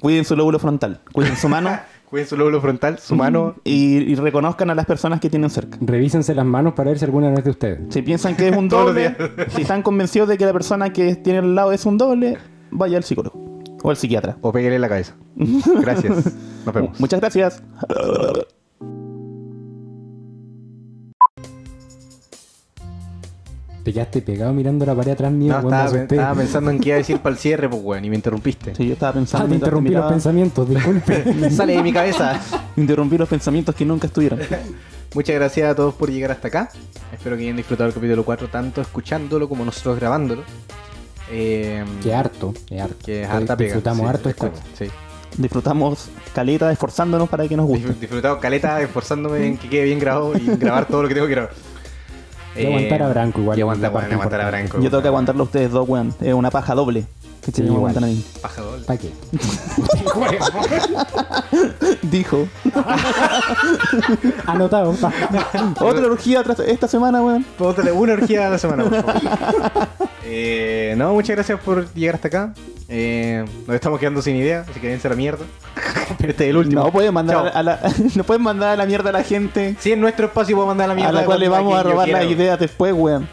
Cuiden su lóbulo frontal, cuiden su mano Cuiden su lóbulo frontal, su mano. y, y reconozcan a las personas que tienen cerca. Revísense las manos para ver si alguna no es de ustedes. Si piensan que es un Todos los doble, si están convencidos de que la persona que tiene al lado es un doble, vaya al psicólogo o al psiquiatra. O péguenle en la cabeza. Gracias. Nos vemos. Muchas gracias. Te quedaste pegado mirando la pared atrás mío, No, weón, me estaba, asusté. estaba pensando en qué iba a decir para el cierre, pues, weón, y me interrumpiste. Sí, yo estaba pensando. Ah, te mientras interrumpí los miraba- pensamientos, disculpe. Sale de mi cabeza. Interrumpí los pensamientos que nunca estuvieron. Muchas gracias a todos por llegar hasta acá. Espero que hayan disfrutado el capítulo 4 tanto escuchándolo como nosotros grabándolo. Eh, Qué harto, es harto. Eh, que es harta pega. Disfrutamos sí, harto es esta como- Sí. Disfrutamos caleta esforzándonos para que nos guste. Disfr- Disfrutado caleta, esforzándome en que quede bien grabado y en grabar todo lo que tengo que grabar. Y aguantar a Branco igual, Y aguantar, la parte bueno, aguantar a importante. Branco. Yo tengo que aguantarlo a ustedes dos, weón. Es una paja doble. Que se Sí, me igual. aguantan a mí. Paja doble. ¿Para qué? Dijo. Anotado. Otra orgía tras- esta semana, weón. Póntale una orgía a la semana, por favor. Eh, no, muchas gracias por llegar hasta acá. Eh, nos estamos quedando sin idea, así que dense a la mierda. Este es el último. No pueden mandar Chao. a la, no pueden mandar a la mierda a la gente Sí, en nuestro espacio voy a mandar a la mierda. a la cual le vamos a quien yo robar las quiera. ideas después, weón.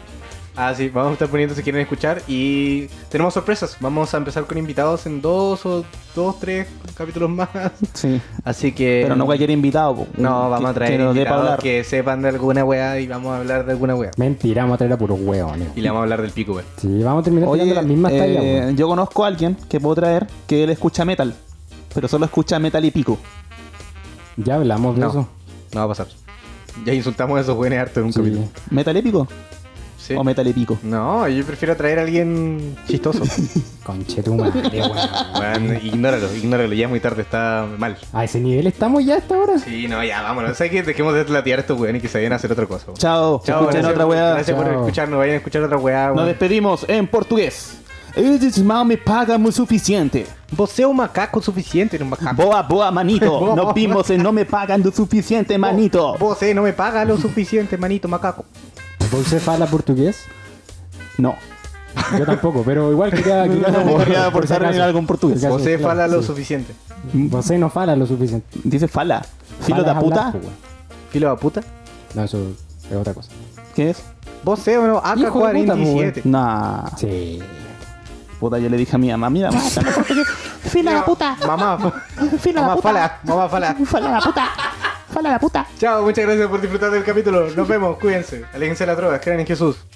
Ah, sí, vamos a estar poniendo si quieren escuchar. Y tenemos sorpresas. Vamos a empezar con invitados en dos o dos, tres capítulos más. Sí. Así que. Pero no cualquier invitado, po. Eh, No, Que- vamos a traer que nos dé pa' invitados hablar. que sepan de alguna weá y vamos a hablar de alguna weá. Mentira, vamos a traer a puros hueones. Y le vamos a hablar del pico, weón. Sí, vamos a terminar tirando las mismas eh, tallas, weón. yo conozco a alguien que puedo traer que él escucha metal, pero solo escucha metal y pico. Ya hablamos de No, eso. no va a pasar. Ya insultamos a esos weones harto en un capítulo. Sí. ¿Metal épico Sí. o metal y pico? No, yo prefiero traer a alguien chistoso. Conchetumare, weón. Weón, ignóralo, ignóralo, ya es muy tarde, está mal. A ese nivel estamos ya hasta ahora. Sí, no, ya, vámonos. ¿Sabes qué? Dejemos de latear a estos weones y que se vayan a hacer otra cosa. weón. Chao, Chao, escuchen gracias, otra weá. Gracias por Chao. escucharnos, vayan a escuchar otra weá. Nos weón. despedimos en português. Eles mal me pagam o suficiente. Vos é um macaco suficiente, um macaco. Boa, boa, manito. Boa, boa. Nos vimos en no me pagan lo suficiente, manito. Você não eh, me paga lo suficiente, manito macaco. ¿Vos fala portugués? No. Yo tampoco, pero igual quería... quería No, preguntar voy a por si forzar en acaso. algo en portugués. Por si Você acaso, fala claro, lo sí. suficiente. Vosé no fala lo suficiente. Dice fala. Filo da Falas puta. hablar, pues, weón. Filho da puta. No, eso es otra cosa. ¿Qué es? Você é um AK-47. Nah. Sí. Puta, yo le dije a mi mamá, mira, mamá, estamos portugués. Fila la puta. Mamá, Fila la mamá puta. fala, mamá fala. Fala la puta. Fala la puta. Chao, muchas gracias por disfrutar del capítulo. Nos vemos, cuídense. Aléjense de la droga, crean en Jesús.